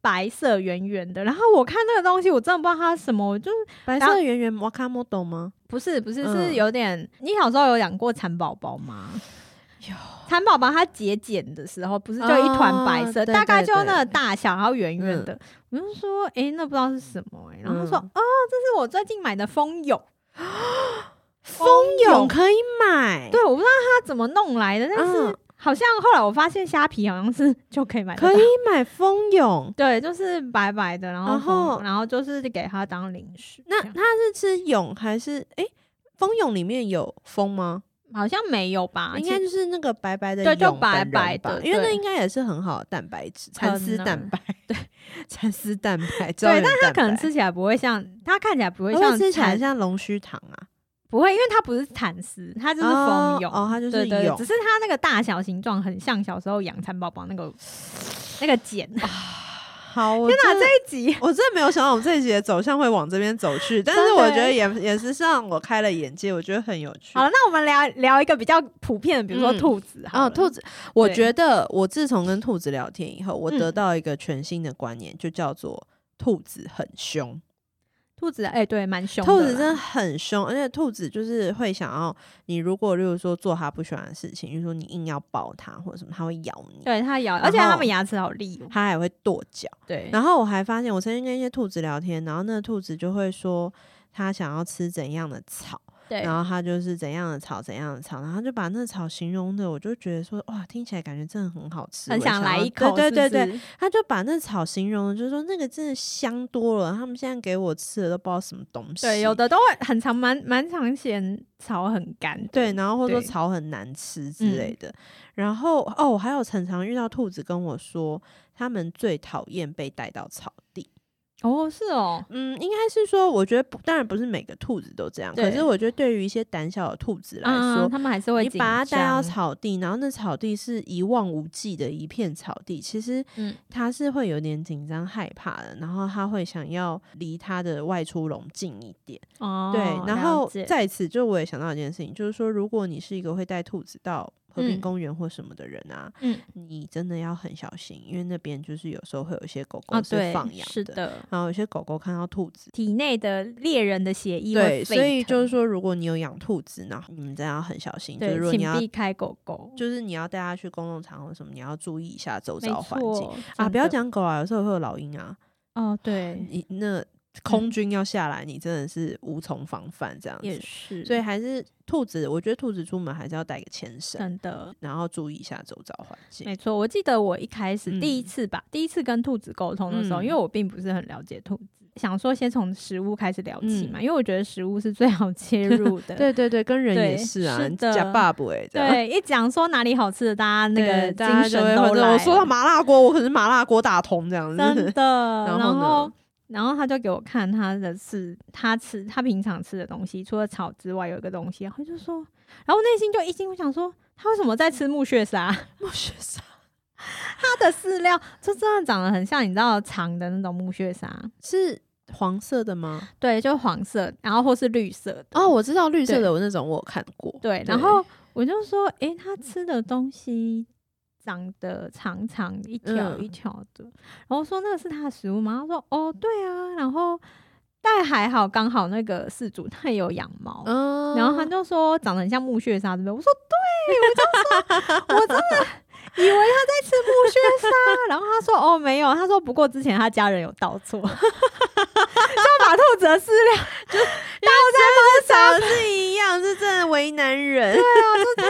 Speaker 2: 白色圆圆的，然后我看那个东西我真的不知道它是什么，我就是
Speaker 1: 白色圆圆瓦卡莫懂吗？
Speaker 2: 不是不是
Speaker 1: 嗯
Speaker 2: 是有点，你小时候有养过蚕宝宝吗？
Speaker 1: 有
Speaker 2: 蚕宝宝它节俭的时候，不是就一团白色，
Speaker 1: 啊对
Speaker 2: 大概
Speaker 1: 对
Speaker 2: 就
Speaker 1: 对
Speaker 2: 那个大小，然后圆圆的。我就说，诶，那不知道是什么、诶，然后他说，
Speaker 1: 嗯
Speaker 2: 哦，这是我最近买的蜂蛹。
Speaker 1: 蜂蛹可以买，
Speaker 2: 对，我不知道它怎么弄来的，但是
Speaker 1: 嗯
Speaker 2: 好像后来我发现虾皮好像是就可以买得到，
Speaker 1: 可以买蜂蛹。
Speaker 2: 对，就是白白的，然后
Speaker 1: 然后
Speaker 2: 红然后就是给它当零食这
Speaker 1: 哦那
Speaker 2: 样。
Speaker 1: 它是吃蛹还是诶，蜂蛹里面有蜂吗？
Speaker 2: 好像没有吧？
Speaker 1: 应
Speaker 2: 其
Speaker 1: 该
Speaker 2: 实
Speaker 1: 就是那个白白的
Speaker 2: 啊对
Speaker 1: 蛹
Speaker 2: 就
Speaker 1: 本
Speaker 2: 白
Speaker 1: 人
Speaker 2: 白
Speaker 1: 吧
Speaker 2: 的
Speaker 1: 因为那
Speaker 2: 对
Speaker 1: 应该也是很好的蛋白质，
Speaker 2: 可
Speaker 1: 蚕丝
Speaker 2: 能
Speaker 1: 蛋白，对， 蚕丝蛋白。胶
Speaker 2: 对，
Speaker 1: 原
Speaker 2: 但它
Speaker 1: 蛋
Speaker 2: 可能
Speaker 1: 白
Speaker 2: 吃起来不会像它看起来不会
Speaker 1: 会不
Speaker 2: 像
Speaker 1: 会吃起来
Speaker 2: 蚕
Speaker 1: 像龙须糖啊？
Speaker 2: 不会，因为它不是蚕丝，它就是
Speaker 1: 哦
Speaker 2: 蜂蛹
Speaker 1: 哦它就是
Speaker 2: 对对，
Speaker 1: 蛹
Speaker 2: 只是它那个大小形状很像小时候养蚕宝宝 那个那个茧。天
Speaker 1: 好，我
Speaker 2: 啊哪，
Speaker 1: 真
Speaker 2: 这
Speaker 1: 的
Speaker 2: 一 集
Speaker 1: 我真的没有想到我们这一集的走向会往这边走去，但
Speaker 2: 真
Speaker 1: 是
Speaker 2: 的
Speaker 1: 我
Speaker 2: 欸
Speaker 1: 觉得也也是让我开了眼界，我觉得很有趣。
Speaker 2: 好了，那我们聊聊一个比较普遍的，比如说
Speaker 1: 嗯
Speaker 2: 兔子好了，
Speaker 1: 哦，兔子，我
Speaker 2: 对
Speaker 1: 觉得我自从跟兔子聊天以后，我得
Speaker 2: 嗯
Speaker 1: 到一个全新的观念，就叫做兔子很凶。
Speaker 2: 兔子，哎、对，蛮凶的啦。
Speaker 1: 兔子真的很凶，而且兔子就是会想要你，如果例如说做它不喜欢的事情，比如说你硬要抱它或者什么，它会咬你，
Speaker 2: 对它咬，
Speaker 1: 然
Speaker 2: 而且它
Speaker 1: 后
Speaker 2: 们牙齿好利哦。
Speaker 1: 它还会跺脚。
Speaker 2: 对，
Speaker 1: 然后我还发现，我曾经跟一些兔子聊天，然后那个兔子就会说它想要吃怎样的草，
Speaker 2: 对
Speaker 1: 然后它就是怎样的草怎样的草，然后就把那草形容的，我就觉得说哇，听起来感觉真的很好吃，
Speaker 2: 很
Speaker 1: 我也
Speaker 2: 想来
Speaker 1: 要
Speaker 2: 一口，
Speaker 1: 对对对对，
Speaker 2: 对，
Speaker 1: 他就把那草形容的，就是说那个真的香多了，他们现在给我吃的都不知道什么东西。
Speaker 2: 对，有的都会很常蛮蛮常嫌草很干。
Speaker 1: 对，然后或者说
Speaker 2: 对嗯
Speaker 1: 草很难吃之类的。然后哦，我还有常常遇到兔子跟我说，他们最讨厌被带到草地。
Speaker 2: 哦，是哦，
Speaker 1: 嗯，应该是说，我觉得不，当然不是每个兔子都这样，
Speaker 2: 对
Speaker 1: 可是我觉得对于一些胆小的兔子来
Speaker 2: 啊，
Speaker 1: 说。
Speaker 2: 他们还是会
Speaker 1: 你
Speaker 2: 紧
Speaker 1: 把它带到
Speaker 2: 张，
Speaker 1: 草地，然后那草地是一望无际的一片草地，其实
Speaker 2: 嗯，
Speaker 1: 它是会有点紧张害怕的，然后它会想要离它的外出笼近一点。
Speaker 2: 哦，
Speaker 1: 对，然后
Speaker 2: 了解
Speaker 1: 在此就我也想到一件事情，就是说，如果你是一个会带兔子到和
Speaker 2: 嗯
Speaker 1: 平公园或什么的人啊，
Speaker 2: 嗯，
Speaker 1: 你真的要很小心，因为那边就是有时候会有一些狗狗
Speaker 2: 哦，
Speaker 1: 是
Speaker 2: 对，
Speaker 1: 放养
Speaker 2: 是
Speaker 1: 的，
Speaker 2: 的，
Speaker 1: 然后有些狗狗看到兔子。
Speaker 2: 体内的猎人的血液
Speaker 1: 对，
Speaker 2: 会沸腾，
Speaker 1: 所以就是说，如果你有养兔子，然后你们真的要很小心。就是如果
Speaker 2: 对，
Speaker 1: 你要
Speaker 2: 请避，开狗狗，
Speaker 1: 就是你要带它去公共场合什么，你要注意一下周
Speaker 2: 没
Speaker 1: 遭环境
Speaker 2: 错
Speaker 1: 啊！不要
Speaker 2: 真的
Speaker 1: 讲狗啊，有时候会有老鹰啊，
Speaker 2: 哦，对，嗯
Speaker 1: 你那空军要下来，你真的是无从防范这样子
Speaker 2: 也。是，
Speaker 1: 所以还是兔子，我觉得兔子出门还是要带个牵绳，
Speaker 2: 真的
Speaker 1: 然后注意一下周遭环境。
Speaker 2: 嗯没错，我记得我一开始
Speaker 1: 嗯
Speaker 2: 第一次吧，第一次跟兔子沟通的时候，
Speaker 1: 嗯
Speaker 2: 因为我并不是很了解兔子，想说先从食物开始聊起嘛，
Speaker 1: 嗯
Speaker 2: 因为我觉得食物是最好切入 的。
Speaker 1: 对对对，跟人
Speaker 2: 对
Speaker 1: 也是啊，
Speaker 2: 是
Speaker 1: 你
Speaker 2: 的
Speaker 1: 假爸不哎，这样
Speaker 2: 对，一讲说哪里好吃的，大家那个
Speaker 1: 对大
Speaker 2: 精
Speaker 1: 家就
Speaker 2: 神
Speaker 1: 会
Speaker 2: 都
Speaker 1: 或者
Speaker 2: 来
Speaker 1: 我说到
Speaker 2: 了，
Speaker 1: 麻辣锅，我可是麻辣锅大通这样
Speaker 2: 真
Speaker 1: 子。
Speaker 2: 的。然
Speaker 1: 后
Speaker 2: 后
Speaker 1: 呢，
Speaker 2: 然后他就给我看他的是他吃他平常吃的东西，除了草之外有一个东西，然后就说，然后我内心就一惊，我想说他为什么在吃木屑沙？
Speaker 1: 我学啥？
Speaker 2: 它的饲料就真的长得很像你知道长的那种木屑沙，
Speaker 1: 是黄色的吗？
Speaker 2: 对，就黄色，然后或是绿色的。
Speaker 1: 哦，我知道绿色
Speaker 2: 对
Speaker 1: 的，我那种我有看过。
Speaker 2: 对，然后我就说，诶，它吃的东西长得长长一条
Speaker 1: 嗯
Speaker 2: 一条的，然后我说那个是它的食物吗？他说哦，对啊，然后但还好，刚好那个饲主他也有养猫。
Speaker 1: 嗯
Speaker 2: 哦然后他就说长得很像木屑沙，对不对？我说对，我就说我真的以为他在吃木屑沙，然后他说哦没有，他说不过之前他家人有倒错，就把兔子的饲料
Speaker 1: 啊跟我长得是一样，是真的为难人。
Speaker 2: 太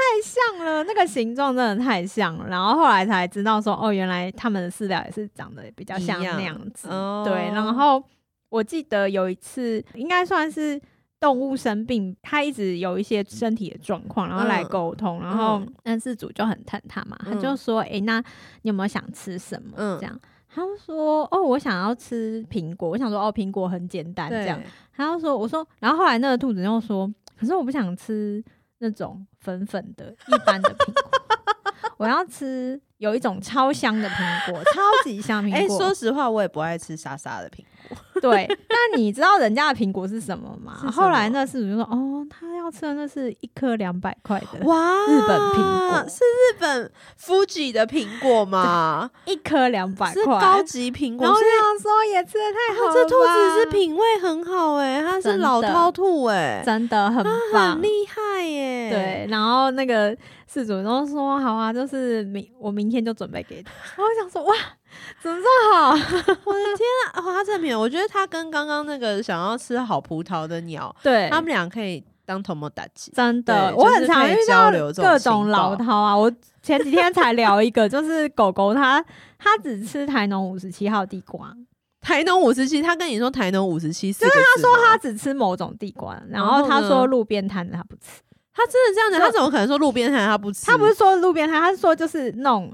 Speaker 2: 像了，那个形状真的太像了，然后后来才知道说，哦，原来他们的饲料也是长得比较像
Speaker 1: 一样
Speaker 2: 那样子。
Speaker 1: 哦
Speaker 2: 对，然后我记得有一次，应该算是动物生病，它一直有一些身体的状况，然后来
Speaker 1: 嗯
Speaker 2: 沟通，然后
Speaker 1: 嗯
Speaker 2: 恩饲主就很疼它嘛，他就
Speaker 1: 嗯
Speaker 2: 说，诶，那你有没有想吃什么？
Speaker 1: 嗯
Speaker 2: 这样。他就说：“哦，我想要吃苹果。”我想说：“哦，苹果很简单。”这样，他就说：“我说。”然后后来那个兔子又说：“可是我不想吃那种粉粉的一般的苹果，我要吃有一种超香的苹果，超级香
Speaker 1: 哎、
Speaker 2: 苹果。
Speaker 1: 说实话，我也不爱吃沙沙的苹果。
Speaker 2: 对，那你知道人家的苹果是什么吗？
Speaker 1: 是什
Speaker 2: 后来
Speaker 1: 么
Speaker 2: 那事主就说：“哦，他要吃的那是一颗两百块 的，
Speaker 1: 哇
Speaker 2: 日本苹果
Speaker 1: 是日本 Fuji 的苹果吗？
Speaker 2: 一颗两百
Speaker 1: 是
Speaker 2: 块。”
Speaker 1: 高级苹果。
Speaker 2: 然后
Speaker 1: 是
Speaker 2: 想说也吃的太
Speaker 1: 它
Speaker 2: 好了吧，
Speaker 1: 这兔子是品味很好哎、它是
Speaker 2: 真的
Speaker 1: 老饕兔哎、
Speaker 2: 真的很
Speaker 1: 它
Speaker 2: 棒
Speaker 1: 很，厉害耶、
Speaker 2: 对，然后那个事主都说好啊，就是明我明天就准备 给他。然后我想说哇，怎么这么好？
Speaker 1: 那花正品，我觉得它跟刚刚那个想要吃好葡萄的鸟，
Speaker 2: 对
Speaker 1: 它们俩可以当头目打击。
Speaker 2: 真的，
Speaker 1: 对
Speaker 2: 我
Speaker 1: 就是
Speaker 2: 很常
Speaker 1: 可以
Speaker 2: 遇
Speaker 1: 交
Speaker 2: 到
Speaker 1: 流这种
Speaker 2: 各
Speaker 1: 情
Speaker 2: 种老
Speaker 1: 报
Speaker 2: 饕啊。我前几天才聊一个，就是狗狗它它只吃台农五十七号地瓜，
Speaker 1: 台农五十七，他跟你说台农五十七四个字啊吗，他
Speaker 2: 说它只吃某种地瓜，然
Speaker 1: 然
Speaker 2: 后
Speaker 1: 后
Speaker 2: 它
Speaker 1: 呢
Speaker 2: 说路边摊的它不吃，
Speaker 1: 他真的这样讲，
Speaker 2: 就
Speaker 1: 他怎么可能说路边摊他不吃？
Speaker 2: 它不是说路边摊，它是说就是那种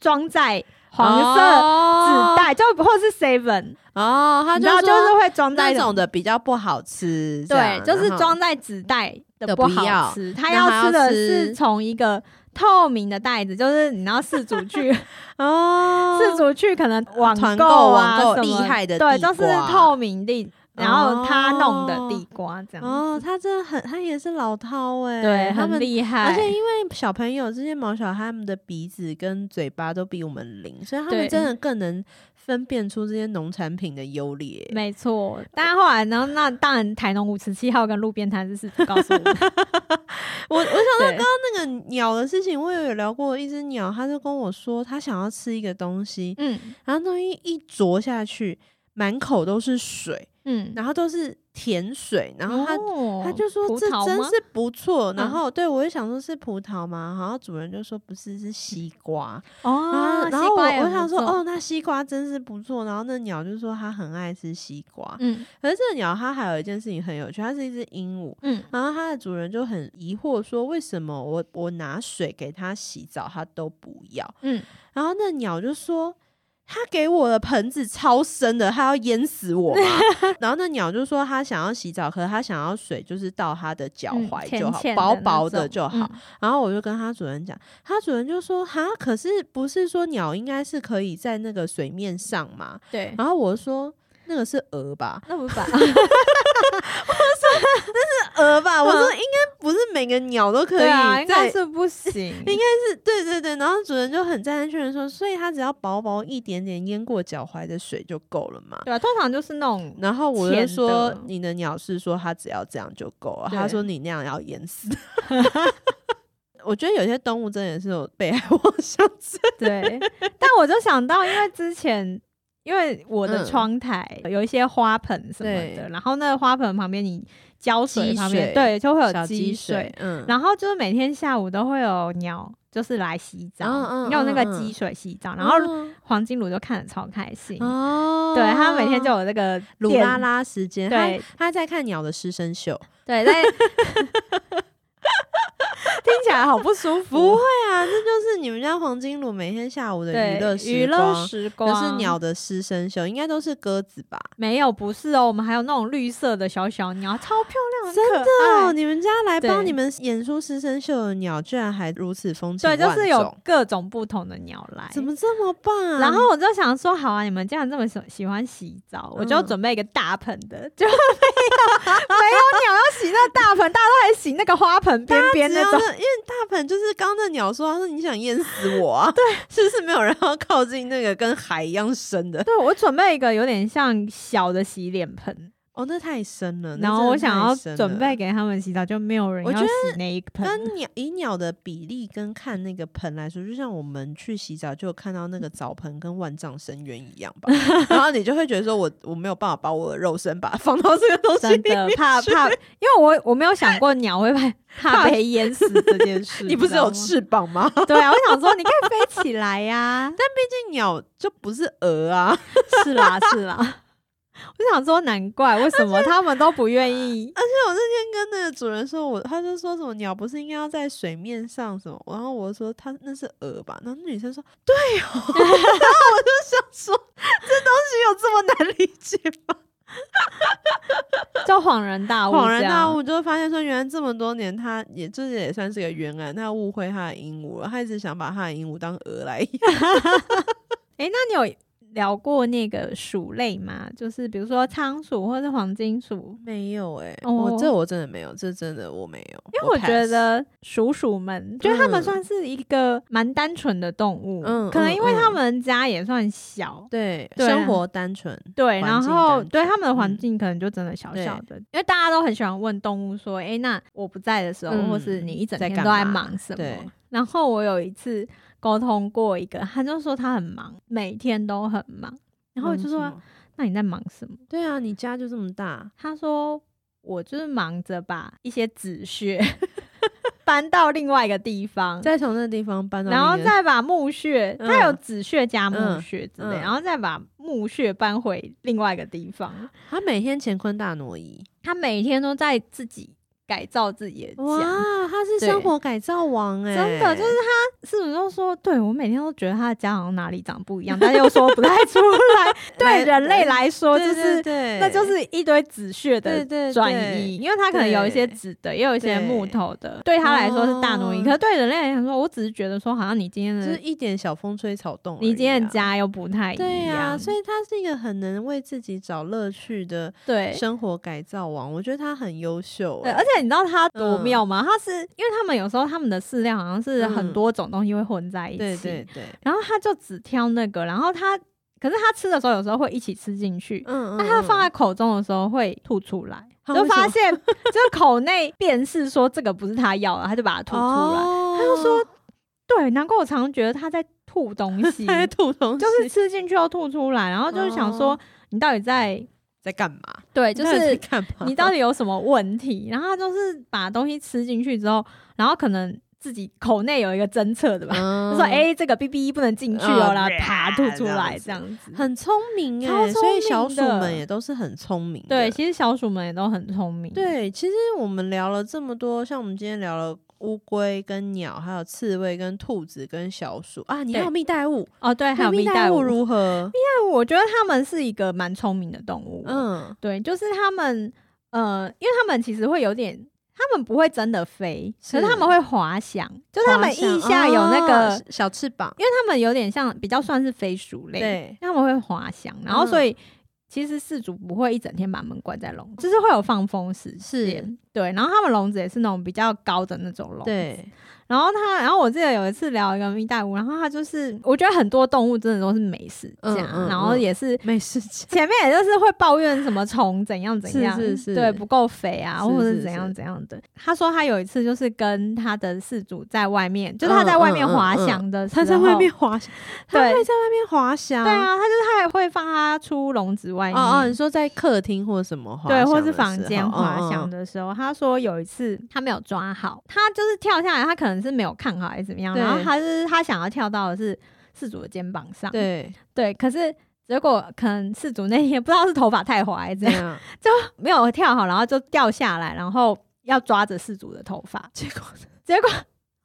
Speaker 2: 装在黄色
Speaker 1: 哦
Speaker 2: 纸袋，就或是 seven，
Speaker 1: 哦，他
Speaker 2: 你
Speaker 1: 就
Speaker 2: 知道就是
Speaker 1: 说
Speaker 2: 会装在
Speaker 1: 那
Speaker 2: 一
Speaker 1: 种的比较不好吃，这
Speaker 2: 对
Speaker 1: 样，
Speaker 2: 就是。
Speaker 1: 然后
Speaker 2: 装在纸袋的
Speaker 1: 的
Speaker 2: 不
Speaker 1: 不
Speaker 2: 好
Speaker 1: 要
Speaker 2: 吃，
Speaker 1: 那
Speaker 2: 他
Speaker 1: 还
Speaker 2: 要
Speaker 1: 要
Speaker 2: 吃的是
Speaker 1: 吃
Speaker 2: 从一个透明的袋子，就是你要四组 去，
Speaker 1: 哦，
Speaker 2: 四组去可能网
Speaker 1: 团
Speaker 2: 购
Speaker 1: 购
Speaker 2: 啊
Speaker 1: 网购
Speaker 2: 什么
Speaker 1: 厉害的地
Speaker 2: 对，就是
Speaker 1: 瓜
Speaker 2: 透明地，然后他弄的地瓜这样子，
Speaker 1: 哦，他真的很，他也是老饕哎、
Speaker 2: 对，
Speaker 1: 他
Speaker 2: 很
Speaker 1: 们。
Speaker 2: 厉害，
Speaker 1: 而且因为小朋友这些毛小孩，他们的鼻子跟嘴巴都比我们灵，所以他
Speaker 2: 对
Speaker 1: 们真的更能分辨出这些农产品的优劣。
Speaker 2: 没错，但后来呢，那当然台农五十七号跟路边摊是不告诉我们，
Speaker 1: 我我想到
Speaker 2: 对，
Speaker 1: 那个鸟的事情，我也有聊过一只鸟，它就跟我说，它想要吃一个东西，
Speaker 2: 嗯
Speaker 1: 然后东西一啄下去，满口都是水，
Speaker 2: 嗯，
Speaker 1: 然后都是甜水，然后它、
Speaker 2: 哦
Speaker 1: 它就说
Speaker 2: 葡
Speaker 1: 这
Speaker 2: 萄
Speaker 1: 真
Speaker 2: 吗
Speaker 1: 是不错，
Speaker 2: 嗯
Speaker 1: 然后对我就想说是葡萄吗？然后主人就说不是，是西瓜。
Speaker 2: 哦，
Speaker 1: 啊然后然
Speaker 2: 西
Speaker 1: 后我
Speaker 2: 瓜也
Speaker 1: 我
Speaker 2: 不
Speaker 1: 想说
Speaker 2: 错，
Speaker 1: 哦，那西瓜真是不错。然后那鸟就说它很爱吃西瓜，
Speaker 2: 嗯
Speaker 1: 可是这个鸟它还有一件事情很有趣，它是一只鹦鹉。
Speaker 2: 嗯
Speaker 1: 然后它的主人就很疑惑说：“为什么我我拿水给它洗澡，它都不要？”
Speaker 2: 嗯，
Speaker 1: 然后那鸟就说：“它给我的盆子超深的，它要淹死我吗？” 然后那鸟就说：“它想要洗澡，可是它想要水就是到它的脚
Speaker 2: 嗯
Speaker 1: 踝
Speaker 2: 浅
Speaker 1: 就好，
Speaker 2: 浅
Speaker 1: 薄
Speaker 2: 那
Speaker 1: 薄的
Speaker 2: 种
Speaker 1: 就好。
Speaker 2: 嗯
Speaker 1: 然后我就跟他主人讲，他主人就说：“哈，可是不是说鸟应该是可以在那个水面上吗
Speaker 2: 对？”，
Speaker 1: 然后我说：“那个是鹅吧？
Speaker 2: 那 不是吧？
Speaker 1: 鹅吧？”我说：“
Speaker 2: 嗯
Speaker 1: 应该不是每个鸟都可以
Speaker 2: 对啊，应该
Speaker 1: 在
Speaker 2: 是不行。
Speaker 1: 应该是对对对，然后主人就很赞叹确认说，所以他只要薄薄一点点淹过脚踝的水就够了嘛。
Speaker 2: 对啊，通常就是 那种
Speaker 1: 然后我就
Speaker 2: 浅
Speaker 1: 说
Speaker 2: 的，
Speaker 1: 你的鸟是说它只要这样就够了，
Speaker 2: 对
Speaker 1: 他说你那样要淹 死。我觉得有些动物真的是有被害妄想症，
Speaker 2: 对，但我就想到，因为之前因为我的
Speaker 1: 嗯
Speaker 2: 窗台有一些花盆什么的，
Speaker 1: 对
Speaker 2: 然后那个花盆旁边你浇水
Speaker 1: 积
Speaker 2: 旁边
Speaker 1: 水
Speaker 2: 对就会有
Speaker 1: 小
Speaker 2: 积
Speaker 1: 积水，嗯，
Speaker 2: 然后就是每天下午都会有鸟就是来洗澡，
Speaker 1: 嗯嗯
Speaker 2: 用那个
Speaker 1: 嗯嗯
Speaker 2: 积水洗澡，然后黄金鲁就看得超开心。
Speaker 1: 哦，
Speaker 2: 对他每天就有这个
Speaker 1: 鲁
Speaker 2: 电
Speaker 1: 拉拉时间，他
Speaker 2: 对
Speaker 1: 他在看鸟的师生秀，
Speaker 2: 对，但 听起来好 不舒
Speaker 1: 不
Speaker 2: 服
Speaker 1: 会。啊，这就是你们家黄金鲁每天下午的
Speaker 2: 对
Speaker 1: 娱乐
Speaker 2: 娱
Speaker 1: 时
Speaker 2: 乐
Speaker 1: 光，
Speaker 2: 时光，
Speaker 1: 就是鸟的师生秀，应该都是鸽子吧？
Speaker 2: 没有，不是哦，我们还有那种绿色的小小鸟，超漂亮，
Speaker 1: 真
Speaker 2: 的
Speaker 1: 哦，你们家来
Speaker 2: 对
Speaker 1: 帮你们演出师生秀的鸟，居然还如此风情
Speaker 2: 对，
Speaker 1: 万
Speaker 2: 就
Speaker 1: 种，
Speaker 2: 是有各种不同的鸟来。
Speaker 1: 怎么这么棒啊？
Speaker 2: 然后我就想说，好啊，你们既然这么喜喜欢洗澡，我就
Speaker 1: 嗯
Speaker 2: 准备一个大盆的，就没有没有鸟要洗那大盆，大家都还洗那个花盆边边
Speaker 1: 只
Speaker 2: 那
Speaker 1: 要
Speaker 2: 种。
Speaker 1: 那因为大盆就是刚刚那鸟说，他说你想淹死我 啊？对，是不是没有人要靠近那个跟海一样深的？
Speaker 2: 对，我准备一个有点像小的洗脸盆，
Speaker 1: 哦，那太深了。那
Speaker 2: 然后我
Speaker 1: 真的
Speaker 2: 想
Speaker 1: 太
Speaker 2: 要
Speaker 1: 深
Speaker 2: 准
Speaker 1: 了
Speaker 2: 备给他们洗澡，就没有人
Speaker 1: 我
Speaker 2: 要
Speaker 1: 觉
Speaker 2: 洗那一盆。
Speaker 1: 跟鸟以鸟的比例跟看那个盆来说，就像我们去洗澡就有看到那个澡盆跟万丈深渊一样 吧。然后你就会觉得说我我没有办法把我的肉身把它放到这个东西
Speaker 2: 真
Speaker 1: 里
Speaker 2: 的
Speaker 1: 面
Speaker 2: 怕
Speaker 1: 去
Speaker 2: 怕，因为我我没有想过鸟会怕 怕
Speaker 1: 怕
Speaker 2: 被淹死这件事。
Speaker 1: 你不是
Speaker 2: 知道
Speaker 1: 有
Speaker 2: 吗？
Speaker 1: 翅膀 吗？但
Speaker 2: 对啊，我想说你可以飞起来呀、
Speaker 1: 这鸟就不是鹅啊，
Speaker 2: 是啦是啦，我想说难怪为什么他们都不愿意。
Speaker 1: 而且我那天跟那个主人说，我他就说什么鸟不是应该要在水面上什么，然后我说他那是鹅吧，然后那女生说对哦， 然后我就想说这东西有这么难理解吗？
Speaker 2: 就恍然大悟，
Speaker 1: 恍然大。悟，就会发现说，原来这么多年，他也就是也算是个冤案，他误会他的鹦鹉了，他一直想把他的鹦鹉当鹅来养。
Speaker 2: 哎、那你有聊过那个鼠类吗？就是比如说仓鼠或是黄金鼠，
Speaker 1: 没有哎、
Speaker 2: 哦
Speaker 1: 我这我真的没有，这真的我没有，
Speaker 2: 因为我觉
Speaker 1: pass
Speaker 2: 得鼠鼠们，就是它们
Speaker 1: 嗯
Speaker 2: 算是一个蛮单纯的动物，
Speaker 1: 嗯
Speaker 2: 可能
Speaker 1: 嗯
Speaker 2: 因为它
Speaker 1: 嗯
Speaker 2: 们家也算小，
Speaker 1: 对
Speaker 2: 对
Speaker 1: 生
Speaker 2: 啊
Speaker 1: 活单纯，
Speaker 2: 对，
Speaker 1: 环
Speaker 2: 然
Speaker 1: 境
Speaker 2: 后
Speaker 1: 单
Speaker 2: 对他们的
Speaker 1: 嗯
Speaker 2: 环境可能就真的小小的，因为大家都很喜欢问动物说：“哎、那我不在的时候，
Speaker 1: 嗯
Speaker 2: 或是你一整
Speaker 1: 在
Speaker 2: 天
Speaker 1: 干
Speaker 2: 都在
Speaker 1: 嘛
Speaker 2: 忙什
Speaker 1: 对
Speaker 2: 么？”然后我有一次沟通过一个，他就说他很忙，每天都很忙。然后
Speaker 1: 嗯
Speaker 2: 我就
Speaker 1: 什
Speaker 2: 说
Speaker 1: 么：“
Speaker 2: 那你在忙什么
Speaker 1: 对啊，你家就这么大？”，
Speaker 2: 他说：“我就是忙着把一些子 穴搬到另外一个地方。”
Speaker 1: 再从那地方搬到
Speaker 2: 然后
Speaker 1: 那个
Speaker 2: 再把墓穴，它有
Speaker 1: 嗯
Speaker 2: 子穴加墓
Speaker 1: 嗯
Speaker 2: 穴之类，
Speaker 1: 嗯
Speaker 2: 然后再把墓穴搬回另外一个地方。
Speaker 1: 他每天乾坤大挪移，
Speaker 2: 他每天都在自己改造自己的
Speaker 1: 哇
Speaker 2: 家，，
Speaker 1: 他是
Speaker 2: 对
Speaker 1: 生活改造王哎、
Speaker 2: 真的就是他是不是都说，对我每天都觉得他的家好像哪里长不一样，但又说不 太出来。对人类来说，就
Speaker 1: 对对
Speaker 2: 是
Speaker 1: 对，
Speaker 2: 那就是一堆子穴
Speaker 1: 对
Speaker 2: 的
Speaker 1: 对
Speaker 2: 转
Speaker 1: 对
Speaker 2: 移，因为他可能有一些纸的，也有一些
Speaker 1: 对
Speaker 2: 木头的，对他来说是大挪移。
Speaker 1: 哦
Speaker 2: 可是对人类来说，我只是觉得说，好像你今天
Speaker 1: 就
Speaker 2: 的、
Speaker 1: 是一点小风吹草动而已啊、
Speaker 2: 你今天的家又不太一样，
Speaker 1: 对呀、所以他是一个很能为自己找乐趣的
Speaker 2: 对
Speaker 1: 生活改造王，我觉得他很优秀、
Speaker 2: 对，
Speaker 1: 欸
Speaker 2: 而且你知道它多
Speaker 1: 嗯
Speaker 2: 妙吗？它是因为他们有时候他们的饲料好像是很
Speaker 1: 嗯
Speaker 2: 多种东西会混在一起，
Speaker 1: 对对对，
Speaker 2: 然后它就只挑那个，然后它可是它吃的时候有时候会一起吃进去，
Speaker 1: 嗯
Speaker 2: 那它放在口中的时候会吐出来，
Speaker 1: 啊
Speaker 2: 就
Speaker 1: 为什
Speaker 2: 发
Speaker 1: 么
Speaker 2: 现就是口内辨识说这个不是它要的，它就把它吐出来。
Speaker 1: 他
Speaker 2: 它就说，对，难怪我常觉得它在吐东 西
Speaker 1: 他，在吐东西，
Speaker 2: 就是吃进去又吐出来，然后就是想说、
Speaker 1: 哦
Speaker 2: 你到底在
Speaker 1: 在干嘛？
Speaker 2: 对，就
Speaker 1: 你到底在
Speaker 2: 是
Speaker 1: 干嘛？
Speaker 2: 你到底有什么问题？然后他就是把东西吃进去之后，然后可能自己口内有一个侦测的吧，
Speaker 1: 嗯
Speaker 2: 就 说哎、诶这个 B B 不能进去哦，
Speaker 1: 嗯
Speaker 2: 然后啪吐
Speaker 1: 这
Speaker 2: 出
Speaker 1: 样
Speaker 2: 来
Speaker 1: 子
Speaker 2: 这样子。
Speaker 1: 很聪明
Speaker 2: 超
Speaker 1: 哎、
Speaker 2: 聪
Speaker 1: 所以小鼠
Speaker 2: 明的
Speaker 1: 们也都是很聪明的。
Speaker 2: 对，其实小鼠们也都很聪明。，
Speaker 1: 对，其实我们聊了这么多，像我们今天聊了乌龟、跟鸟，还有刺猬、跟兔子、跟小鼠啊，你还
Speaker 2: 对
Speaker 1: 有蜜袋鼯，
Speaker 2: 哦对，还有
Speaker 1: 蜜
Speaker 2: 蜜
Speaker 1: 袋
Speaker 2: 袋鼯。
Speaker 1: 如何？
Speaker 2: 但我觉得它们是一个蛮聪明的动物。嗯，
Speaker 1: 嗯，
Speaker 2: 对，就是它们，呃，因为它们其实会有点。它们不会真的飞，可是
Speaker 1: 是
Speaker 2: 它们会滑翔，就是它们
Speaker 1: 滑翔
Speaker 2: 腋下有那个，
Speaker 1: 哦小翅膀，
Speaker 2: 因为它们有点像比较算是飞鼠类，
Speaker 1: 对，
Speaker 2: 他们会滑翔，然后
Speaker 1: 嗯
Speaker 2: 所以、其实饲主不会一整天把门关在笼，就是会有放风时
Speaker 1: 是
Speaker 2: 间。对，然后他们笼子也是那种比较高的那种笼。，
Speaker 1: 对，
Speaker 2: 然后他，然后我记得有一次聊一个蜜袋鼯，然后他就是，我觉得很多动物真的都是美食家，
Speaker 1: 嗯嗯
Speaker 2: 然后
Speaker 1: 嗯
Speaker 2: 也是。
Speaker 1: 没事情。
Speaker 2: 前面也就是会抱怨什么虫怎样怎样，
Speaker 1: 是是
Speaker 2: 对
Speaker 1: 是
Speaker 2: 不够肥啊，
Speaker 1: 是
Speaker 2: 或者
Speaker 1: 是
Speaker 2: 怎样
Speaker 1: 是
Speaker 2: 怎样的。他说他有一次就是跟他的饲主在外面，就是他在外面
Speaker 1: 嗯嗯嗯
Speaker 2: 滑
Speaker 1: 嗯
Speaker 2: 翔的时候，
Speaker 1: 他在外面滑翔，他
Speaker 2: 对
Speaker 1: 会在外面滑翔。
Speaker 2: 对，啊，他就是他也会放他出笼子外面，
Speaker 1: 哦哦，你说在客厅或什么滑
Speaker 2: 对，
Speaker 1: 翔的时候，嗯
Speaker 2: 或是房间滑翔
Speaker 1: 的，
Speaker 2: 的时候，他说有一次他没有抓好，他就是跳下来，他可能是没有看好还是怎么样，
Speaker 1: 对
Speaker 2: 然后他是他想要跳到的是事主的肩膀上，
Speaker 1: 对，
Speaker 2: 对可是。结果可能事主那天不知 道是头发太滑还是怎
Speaker 1: 这
Speaker 2: 样，
Speaker 1: 样。
Speaker 2: 没有跳好，然后就掉下来，然后要抓着事主的头发，
Speaker 1: 结果
Speaker 2: 结果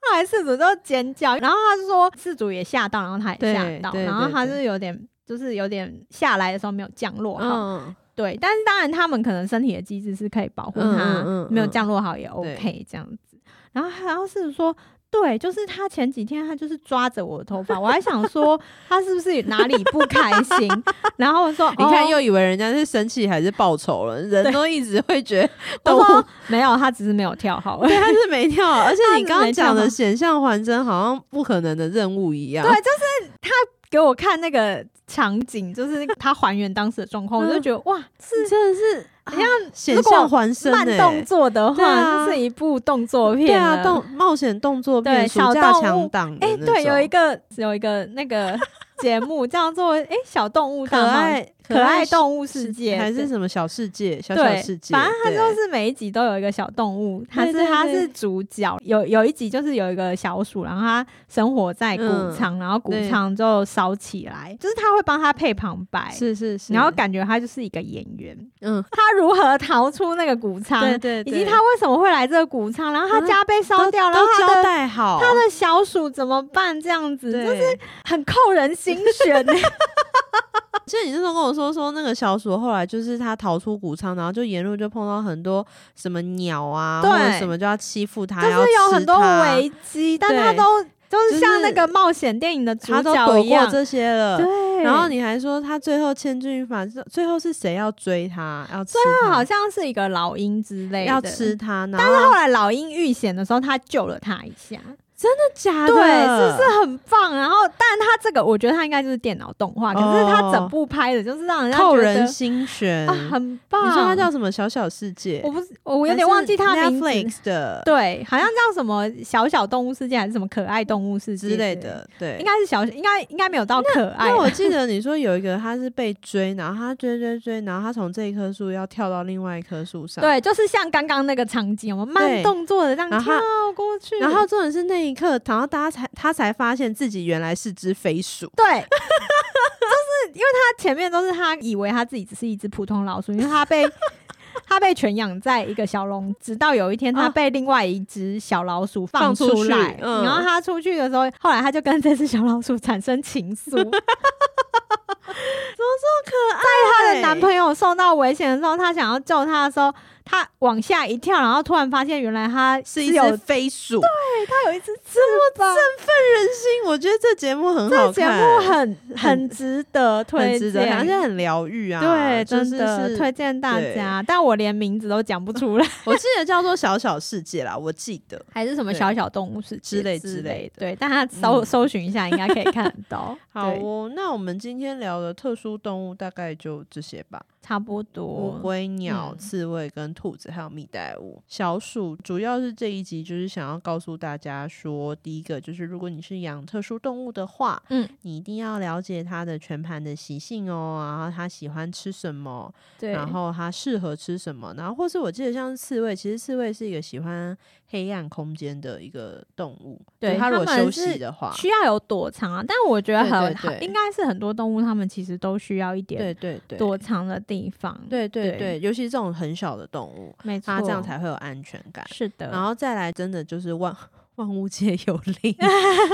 Speaker 2: 后来事主就尖叫，然后他就说事主也吓到，然后他也
Speaker 1: 对
Speaker 2: 吓到，
Speaker 1: 对
Speaker 2: 然后
Speaker 1: 对
Speaker 2: 他
Speaker 1: 对
Speaker 2: 是有点就是有点下来的时候没有降落好，
Speaker 1: 嗯，
Speaker 2: 对，但是当然他们可能身体的机制是可以保护
Speaker 1: 嗯
Speaker 2: 它
Speaker 1: 嗯嗯
Speaker 2: 没有
Speaker 1: 嗯
Speaker 2: 降落好也
Speaker 1: 对
Speaker 2: OK 这样子。然后然后是说，对，就是他前几天他就是抓着我的头发，我还想 说他是不是哪里不开心，然后我说
Speaker 1: 你看
Speaker 2: 哦
Speaker 1: 又以为人家是生气还是报仇了，人
Speaker 2: 对
Speaker 1: 都一直会觉得动
Speaker 2: 我
Speaker 1: 物
Speaker 2: 说没有，他只是没有跳好而已。
Speaker 1: 对他是没跳，啊而且
Speaker 2: 他
Speaker 1: 你
Speaker 2: 是
Speaker 1: 刚
Speaker 2: 没
Speaker 1: 刚
Speaker 2: 跳
Speaker 1: 讲的
Speaker 2: 吗
Speaker 1: 险象环生，好像不可能的任务一 样。
Speaker 2: 对 给我看那个场景，就是他还原当时的状况，我就
Speaker 1: 嗯
Speaker 2: 觉得哇，是
Speaker 1: 真的是啊险
Speaker 2: 如果
Speaker 1: 象环生、
Speaker 2: 慢
Speaker 1: 欸，
Speaker 2: 动作的
Speaker 1: 对啊
Speaker 2: 话，就是一部动作片
Speaker 1: 对啊，
Speaker 2: 了
Speaker 1: 动冒险动作片，
Speaker 2: 对
Speaker 1: 暑
Speaker 2: 小
Speaker 1: 假
Speaker 2: 动
Speaker 1: 强
Speaker 2: 物
Speaker 1: 档的
Speaker 2: 哎、
Speaker 1: 那
Speaker 2: 对，有一
Speaker 1: 种
Speaker 2: 个有一个 那个节目叫做哎、小动物
Speaker 1: 可
Speaker 2: 大冒
Speaker 1: 爱
Speaker 2: 可爱
Speaker 1: 世
Speaker 2: 动物世界
Speaker 1: 还是
Speaker 2: 对
Speaker 1: 什么小世界、小小
Speaker 2: 对，
Speaker 1: 世界，
Speaker 2: 反正它
Speaker 1: 对
Speaker 2: 就是每一集都有一个小动物，它
Speaker 1: 对
Speaker 2: 是
Speaker 1: 对
Speaker 2: 它
Speaker 1: 对
Speaker 2: 是主角。有有一集就是有一个小鼠，然后它生活在谷
Speaker 1: 嗯
Speaker 2: 仓，然后谷
Speaker 1: 对
Speaker 2: 仓就烧起来，就是它会帮它配旁白，
Speaker 1: 是是是，
Speaker 2: 然后感觉它就是一个演员，
Speaker 1: 嗯，
Speaker 2: 它如何逃出那个谷仓，
Speaker 1: 对对，
Speaker 2: 以
Speaker 1: 对
Speaker 2: 及它为什么会来这个谷仓，然后它
Speaker 1: 嗯
Speaker 2: 家被烧
Speaker 1: 都
Speaker 2: 掉，然后
Speaker 1: 都
Speaker 2: 它
Speaker 1: 交
Speaker 2: 的。
Speaker 1: 代好，
Speaker 2: 它的小鼠怎么办？这样子
Speaker 1: 对，
Speaker 2: 就是很扣人心弦、 欸。
Speaker 1: 其实你那时候跟我说说那个小鼠后来就是它逃出谷仓，然后就沿路就碰到很多什么鸟啊，
Speaker 2: 对
Speaker 1: 或者什么就要欺负它，
Speaker 2: 就
Speaker 1: 要
Speaker 2: 是有很
Speaker 1: 吃
Speaker 2: 多
Speaker 1: 它
Speaker 2: 危机，但他
Speaker 1: 对
Speaker 2: 都都
Speaker 1: 就是
Speaker 2: 是像那个冒险电影的主
Speaker 1: 它都
Speaker 2: 角
Speaker 1: 躲
Speaker 2: 一
Speaker 1: 过
Speaker 2: 样，
Speaker 1: 这些了。
Speaker 2: 对。
Speaker 1: 然后你还说它最后千钧一发，最后是谁要追它，要吃
Speaker 2: 他
Speaker 1: 它
Speaker 2: 好像是一个老鹰之类的，
Speaker 1: 要吃。它，然
Speaker 2: 但
Speaker 1: 后
Speaker 2: 是后来老鹰遇险的时候，他救了他一下，
Speaker 1: 假
Speaker 2: 对，
Speaker 1: 的，
Speaker 2: 是不是很棒？然后，但他这个我觉得他应该就是电脑动画，可是他
Speaker 1: 哦
Speaker 2: 整部拍的就是让人家
Speaker 1: 扣
Speaker 2: 觉得
Speaker 1: 人心弦？
Speaker 2: 啊，很棒。
Speaker 1: 你说它叫什么？小小世界
Speaker 2: 我，不是，我我有点忘记他
Speaker 1: 还
Speaker 2: 的
Speaker 1: 是
Speaker 2: 名字，
Speaker 1: Netflix 的
Speaker 2: 对，好像叫什么小小动物世界还是什么可爱动物世界
Speaker 1: 之类，的，对，
Speaker 2: 应该是小，应该应该没有到可爱
Speaker 1: 因为
Speaker 2: 啦。
Speaker 1: 我记得你说有一个他是被追，然后他追追追，然后他从这一棵树要跳到另外一棵树上。。
Speaker 2: 对，就是像刚刚那个场景，我们慢
Speaker 1: 对
Speaker 2: 动作的这样
Speaker 1: 然后
Speaker 2: 跳
Speaker 1: 它
Speaker 2: 过去，
Speaker 1: 然后重点是那一刻，然后大家才他才发现自己原来是只飞鼠。
Speaker 2: 对，就是因为他前面都是他以为他自己只是一只普通老鼠，因为他 被他被圈养在一个小笼，直到有一天他
Speaker 1: 啊
Speaker 2: 被另外一只小老鼠
Speaker 1: 放出
Speaker 2: 嗯出来，
Speaker 1: 去嗯
Speaker 2: 然后他出去的时候，后来他就跟这只小老鼠产生情愫。怎 么这么可爱？在她的男朋友受到危险的时候，她想要救他的时候，她往下一跳，然后突然发现原来他
Speaker 1: 是一
Speaker 2: 有
Speaker 1: 只飞鼠，振
Speaker 2: 他有一只这么棒，
Speaker 1: 奋人心。我觉得这节目很
Speaker 2: 这
Speaker 1: 好
Speaker 2: 个节
Speaker 1: 看，
Speaker 2: 目很很值得推
Speaker 1: 很值得
Speaker 2: 荐，
Speaker 1: 看，而且很疗愈啊。
Speaker 2: 对，
Speaker 1: 就
Speaker 2: 真
Speaker 1: 是
Speaker 2: 的
Speaker 1: 是
Speaker 2: 推荐大家。但我连名字都讲不出来，
Speaker 1: 我记得叫做《小小世界》啦，我记得。
Speaker 2: 还是什么
Speaker 1: 对
Speaker 2: 小小动物世界
Speaker 1: 之类之
Speaker 2: 之
Speaker 1: 类
Speaker 2: 类的。对，大家搜
Speaker 1: 嗯
Speaker 2: 搜寻一下，应该可以看得到。
Speaker 1: 好
Speaker 2: 对，
Speaker 1: 哦，那我们今天聊的特殊动物大概就这些吧。
Speaker 2: 差不
Speaker 1: 乌
Speaker 2: 多。
Speaker 1: 龟、鸟、
Speaker 2: 嗯
Speaker 1: 刺猬跟兔子，还有蜜袋鼯、小鼠。主要是这一集就是想要告诉大家说，第一个就是如果你是养特殊动物的话，
Speaker 2: 嗯，
Speaker 1: 你一定要了解它的全盘的习性哦，然后它喜欢吃什么，
Speaker 2: 对，
Speaker 1: 然后它适合吃什么，然后或是我记得像是刺猬，其实刺猬是一个喜欢黑暗空间的一个动物，就
Speaker 2: 对
Speaker 1: 它如果
Speaker 2: 它们
Speaker 1: 休息
Speaker 2: 是
Speaker 1: 的话，
Speaker 2: 需要有躲藏啊，但我觉得
Speaker 1: 对
Speaker 2: 很
Speaker 1: 对对
Speaker 2: 应该是很多动物，它们其实都需要一点
Speaker 1: 对对对，
Speaker 2: 躲藏的地方。，
Speaker 1: 对对
Speaker 2: 对
Speaker 1: 对，尤其这种很小的动物，
Speaker 2: 没错，
Speaker 1: 它这样才会有安全感。
Speaker 2: 是的。
Speaker 1: 然后再来，真的就是万 万物皆有 灵，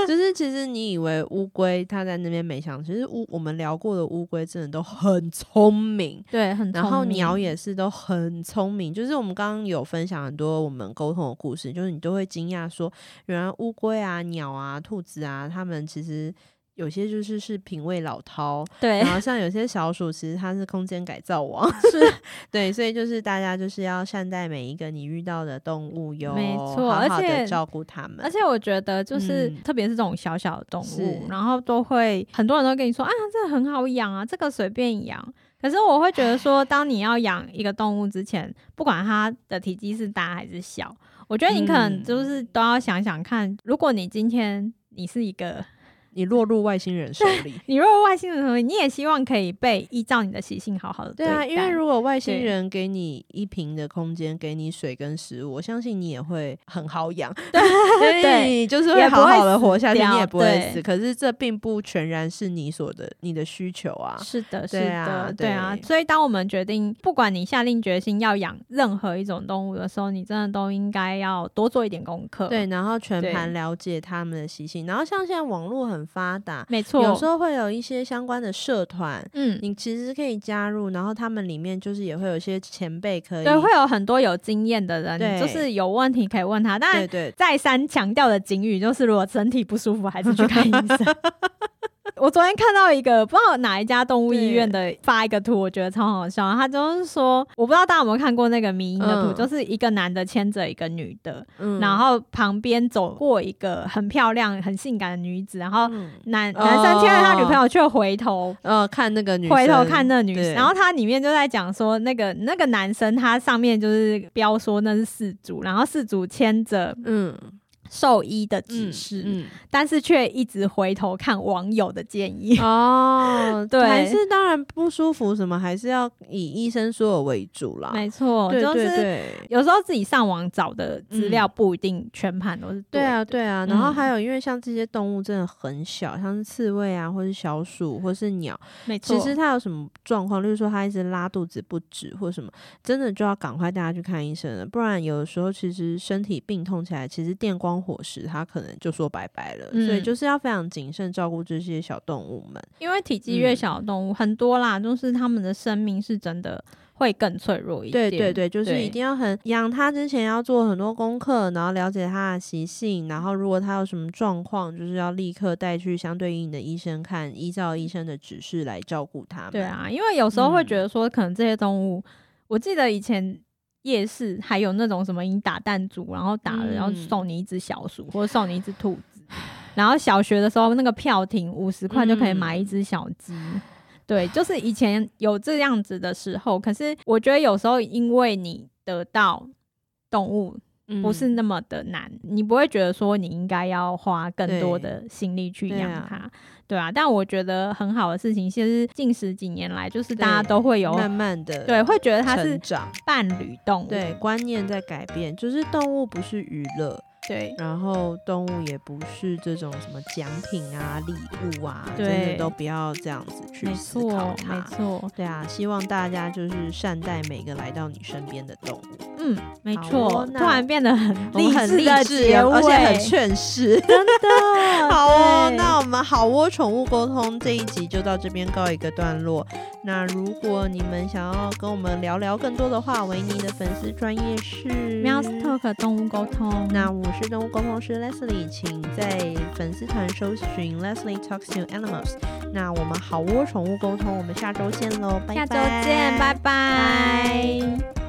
Speaker 1: 就是其实你以为乌龟它在那边没想，其实乌我们聊过的乌龟真的都很聪明。
Speaker 2: 对，很
Speaker 1: 然后
Speaker 2: 聪明
Speaker 1: 鸟也是都很聪明，就是我们刚刚有分享很多我们沟通的故事，就是你都会惊讶说，原来乌龟啊、鸟啊、兔子啊，它们其实有些就是是品味老饕，
Speaker 2: 对
Speaker 1: 然后像有些小鼠，其实它是空间改造王，
Speaker 2: 是
Speaker 1: 对，所以就是大家就是要善待每一个你遇到的动物哟，
Speaker 2: 没错
Speaker 1: 好
Speaker 2: 而
Speaker 1: 好的
Speaker 2: 且
Speaker 1: 照顾它们，
Speaker 2: 而且我觉得，就是、
Speaker 1: 嗯
Speaker 2: 特别是这种小小的动
Speaker 1: 是
Speaker 2: 物，然后都会很多人都跟你说啊，这个很好养啊，这个随便养。可是我会觉得说，当你要养一个动物之前，不管它的体积是大还是小，我觉得你可能
Speaker 1: 嗯
Speaker 2: 就是都要想想看，如果你今天你是一个，。
Speaker 1: 你落入外星人手里
Speaker 2: 你如果外星人的时候，你也希望可以被依照你的习性好好 的
Speaker 1: 对啊，因为
Speaker 2: 待
Speaker 1: 如果外星
Speaker 2: 对
Speaker 1: 人给你一平的空间，给你水跟食物，我相信你也会很好养， 对
Speaker 2: 对
Speaker 1: 你就是
Speaker 2: 也
Speaker 1: 会
Speaker 2: 不
Speaker 1: 好
Speaker 2: 会
Speaker 1: 好的活下去，
Speaker 2: 死
Speaker 1: 你也
Speaker 2: 掉
Speaker 1: 不会
Speaker 2: 对
Speaker 1: 死。可是这并不全然是你所的你的需求啊，
Speaker 2: 是的，是
Speaker 1: 对啊
Speaker 2: 的，对啊
Speaker 1: 对。
Speaker 2: 所以，当我们决定，不管你下定决心要养任何一种动物的时候，你真的都应该要多做一点功课。
Speaker 1: 对，，然后全
Speaker 2: 对
Speaker 1: 盘了解他们的习性，然后像现在网络很发达，
Speaker 2: 没错。
Speaker 1: 有时，候会有一些相关的社团，
Speaker 2: 嗯，
Speaker 1: 你其实可以加入，然后他们里面就是也会有一些前辈可以，
Speaker 2: 对，会有很多有经验的
Speaker 1: 对
Speaker 2: 人，就是有问题可以问他。
Speaker 1: 对
Speaker 2: 但
Speaker 1: 对
Speaker 2: 再三强调的警语就是，如果身体不舒服，还是去看医生。我昨天看到一个不知道哪一家动物医院的发一个图，我觉得超好笑。他就是说，我不知道大家有没有看过那个迷因的图，
Speaker 1: 嗯
Speaker 2: 就是一个男的牵着一个女的，
Speaker 1: 嗯
Speaker 2: 然后旁边走过一个很漂亮、很性感的女子，然后
Speaker 1: 嗯
Speaker 2: 男、男生牵着他女朋友却回头。
Speaker 1: 呃，看那个女生，
Speaker 2: 回头看那女
Speaker 1: 对
Speaker 2: 生，然后它里面就在讲说，那个那个男生他上面就是标说那是四组，然后四组牵着
Speaker 1: 嗯，
Speaker 2: 兽医的指
Speaker 1: 嗯
Speaker 2: 示，
Speaker 1: 嗯，
Speaker 2: 但是却一直回头看网友的建议。
Speaker 1: 哦，
Speaker 2: 对
Speaker 1: 还是当然不舒服什么，还是要以医生说的为主啦。
Speaker 2: 没错，
Speaker 1: 对
Speaker 2: 就
Speaker 1: 对
Speaker 2: 是
Speaker 1: 对。
Speaker 2: 有时候自己上网找的资料不一定全盘都是
Speaker 1: 对
Speaker 2: 的
Speaker 1: 啊，，对啊，然后
Speaker 2: 嗯
Speaker 1: 还有，因为像这些动物真的很小，像是刺猬啊，或是小鼠，或是鸟，
Speaker 2: 没错。
Speaker 1: 其实它有什么状况，例如说它一直拉肚子不止或什么，真的就要赶快带它去看医生了，不然有的时候其实身体病痛起来，其实电光火石，它可能就说拜拜了。所以
Speaker 2: 嗯
Speaker 1: 就是要非常谨慎照顾这些小动物们。
Speaker 2: 因为体积
Speaker 1: 嗯
Speaker 2: 越小的动物、很多啦，就是它们的生命是真的会更脆弱一
Speaker 1: 对
Speaker 2: 点。
Speaker 1: 对对，就是
Speaker 2: 对
Speaker 1: 一定要很养它之前要做很多功课，然后了解它的习性，然后如果它有什么状况，就是要立刻带去相对应的医生看，依照医生的指示来照顾它们。
Speaker 2: 对，啊，因为有时候会
Speaker 1: 嗯
Speaker 2: 觉得说，可能这些动物，我记得以前。夜市还有那种什么，你打弹珠，然后打了，
Speaker 1: 嗯
Speaker 2: 然后送你一只小鼠，或者送你一只兔子。然后小学的时候，那个票亭五十块就可以买一
Speaker 1: 嗯
Speaker 2: 只小鸡。对，就是以前有这样子的时候，可是我觉得有时候因为你得到动物
Speaker 1: 嗯
Speaker 2: 不是那么的难，你不会觉得说你应该要花更多的心力去养它，
Speaker 1: 对
Speaker 2: 对啊。但我觉得很好的事情，其实近十几年来，就是大家
Speaker 1: 对
Speaker 2: 都会有
Speaker 1: 嗯慢慢的
Speaker 2: 对，会觉得它是
Speaker 1: 成长。
Speaker 2: 伴侣动物，
Speaker 1: 对，观念在改变，就是动物不是娱乐，
Speaker 2: 对
Speaker 1: 然后动物也不是这种什么奖品啊、礼物啊，真
Speaker 2: 对
Speaker 1: 的都不要这样子去
Speaker 2: 没
Speaker 1: 思
Speaker 2: 错，
Speaker 1: 考
Speaker 2: 没
Speaker 1: 它。
Speaker 2: 错，
Speaker 1: 对啊，希望大家就是善待每个来到你身边的动物。
Speaker 2: 嗯，没
Speaker 1: 好
Speaker 2: 错。
Speaker 1: 哦
Speaker 2: 突
Speaker 1: 那
Speaker 2: 然变得很
Speaker 1: 我们很
Speaker 2: 志
Speaker 1: 励
Speaker 2: 的
Speaker 1: 志，哦
Speaker 2: 结尾，
Speaker 1: 而且很劝世。
Speaker 2: 真的
Speaker 1: 好哦，
Speaker 2: 对
Speaker 1: 那我们好窝宠物沟通这一集就到这边告一个段落。那如果你们想要跟我们聊聊更多的话，维尼的粉丝专业是
Speaker 2: 喵 talk 动物沟通，
Speaker 1: 那我是动物沟通师 Leslie，请在粉丝团搜寻 Leslie Talks to Animals。那我们好窝宠物沟通，我们下周见喽，拜拜，
Speaker 2: 下周见，拜拜。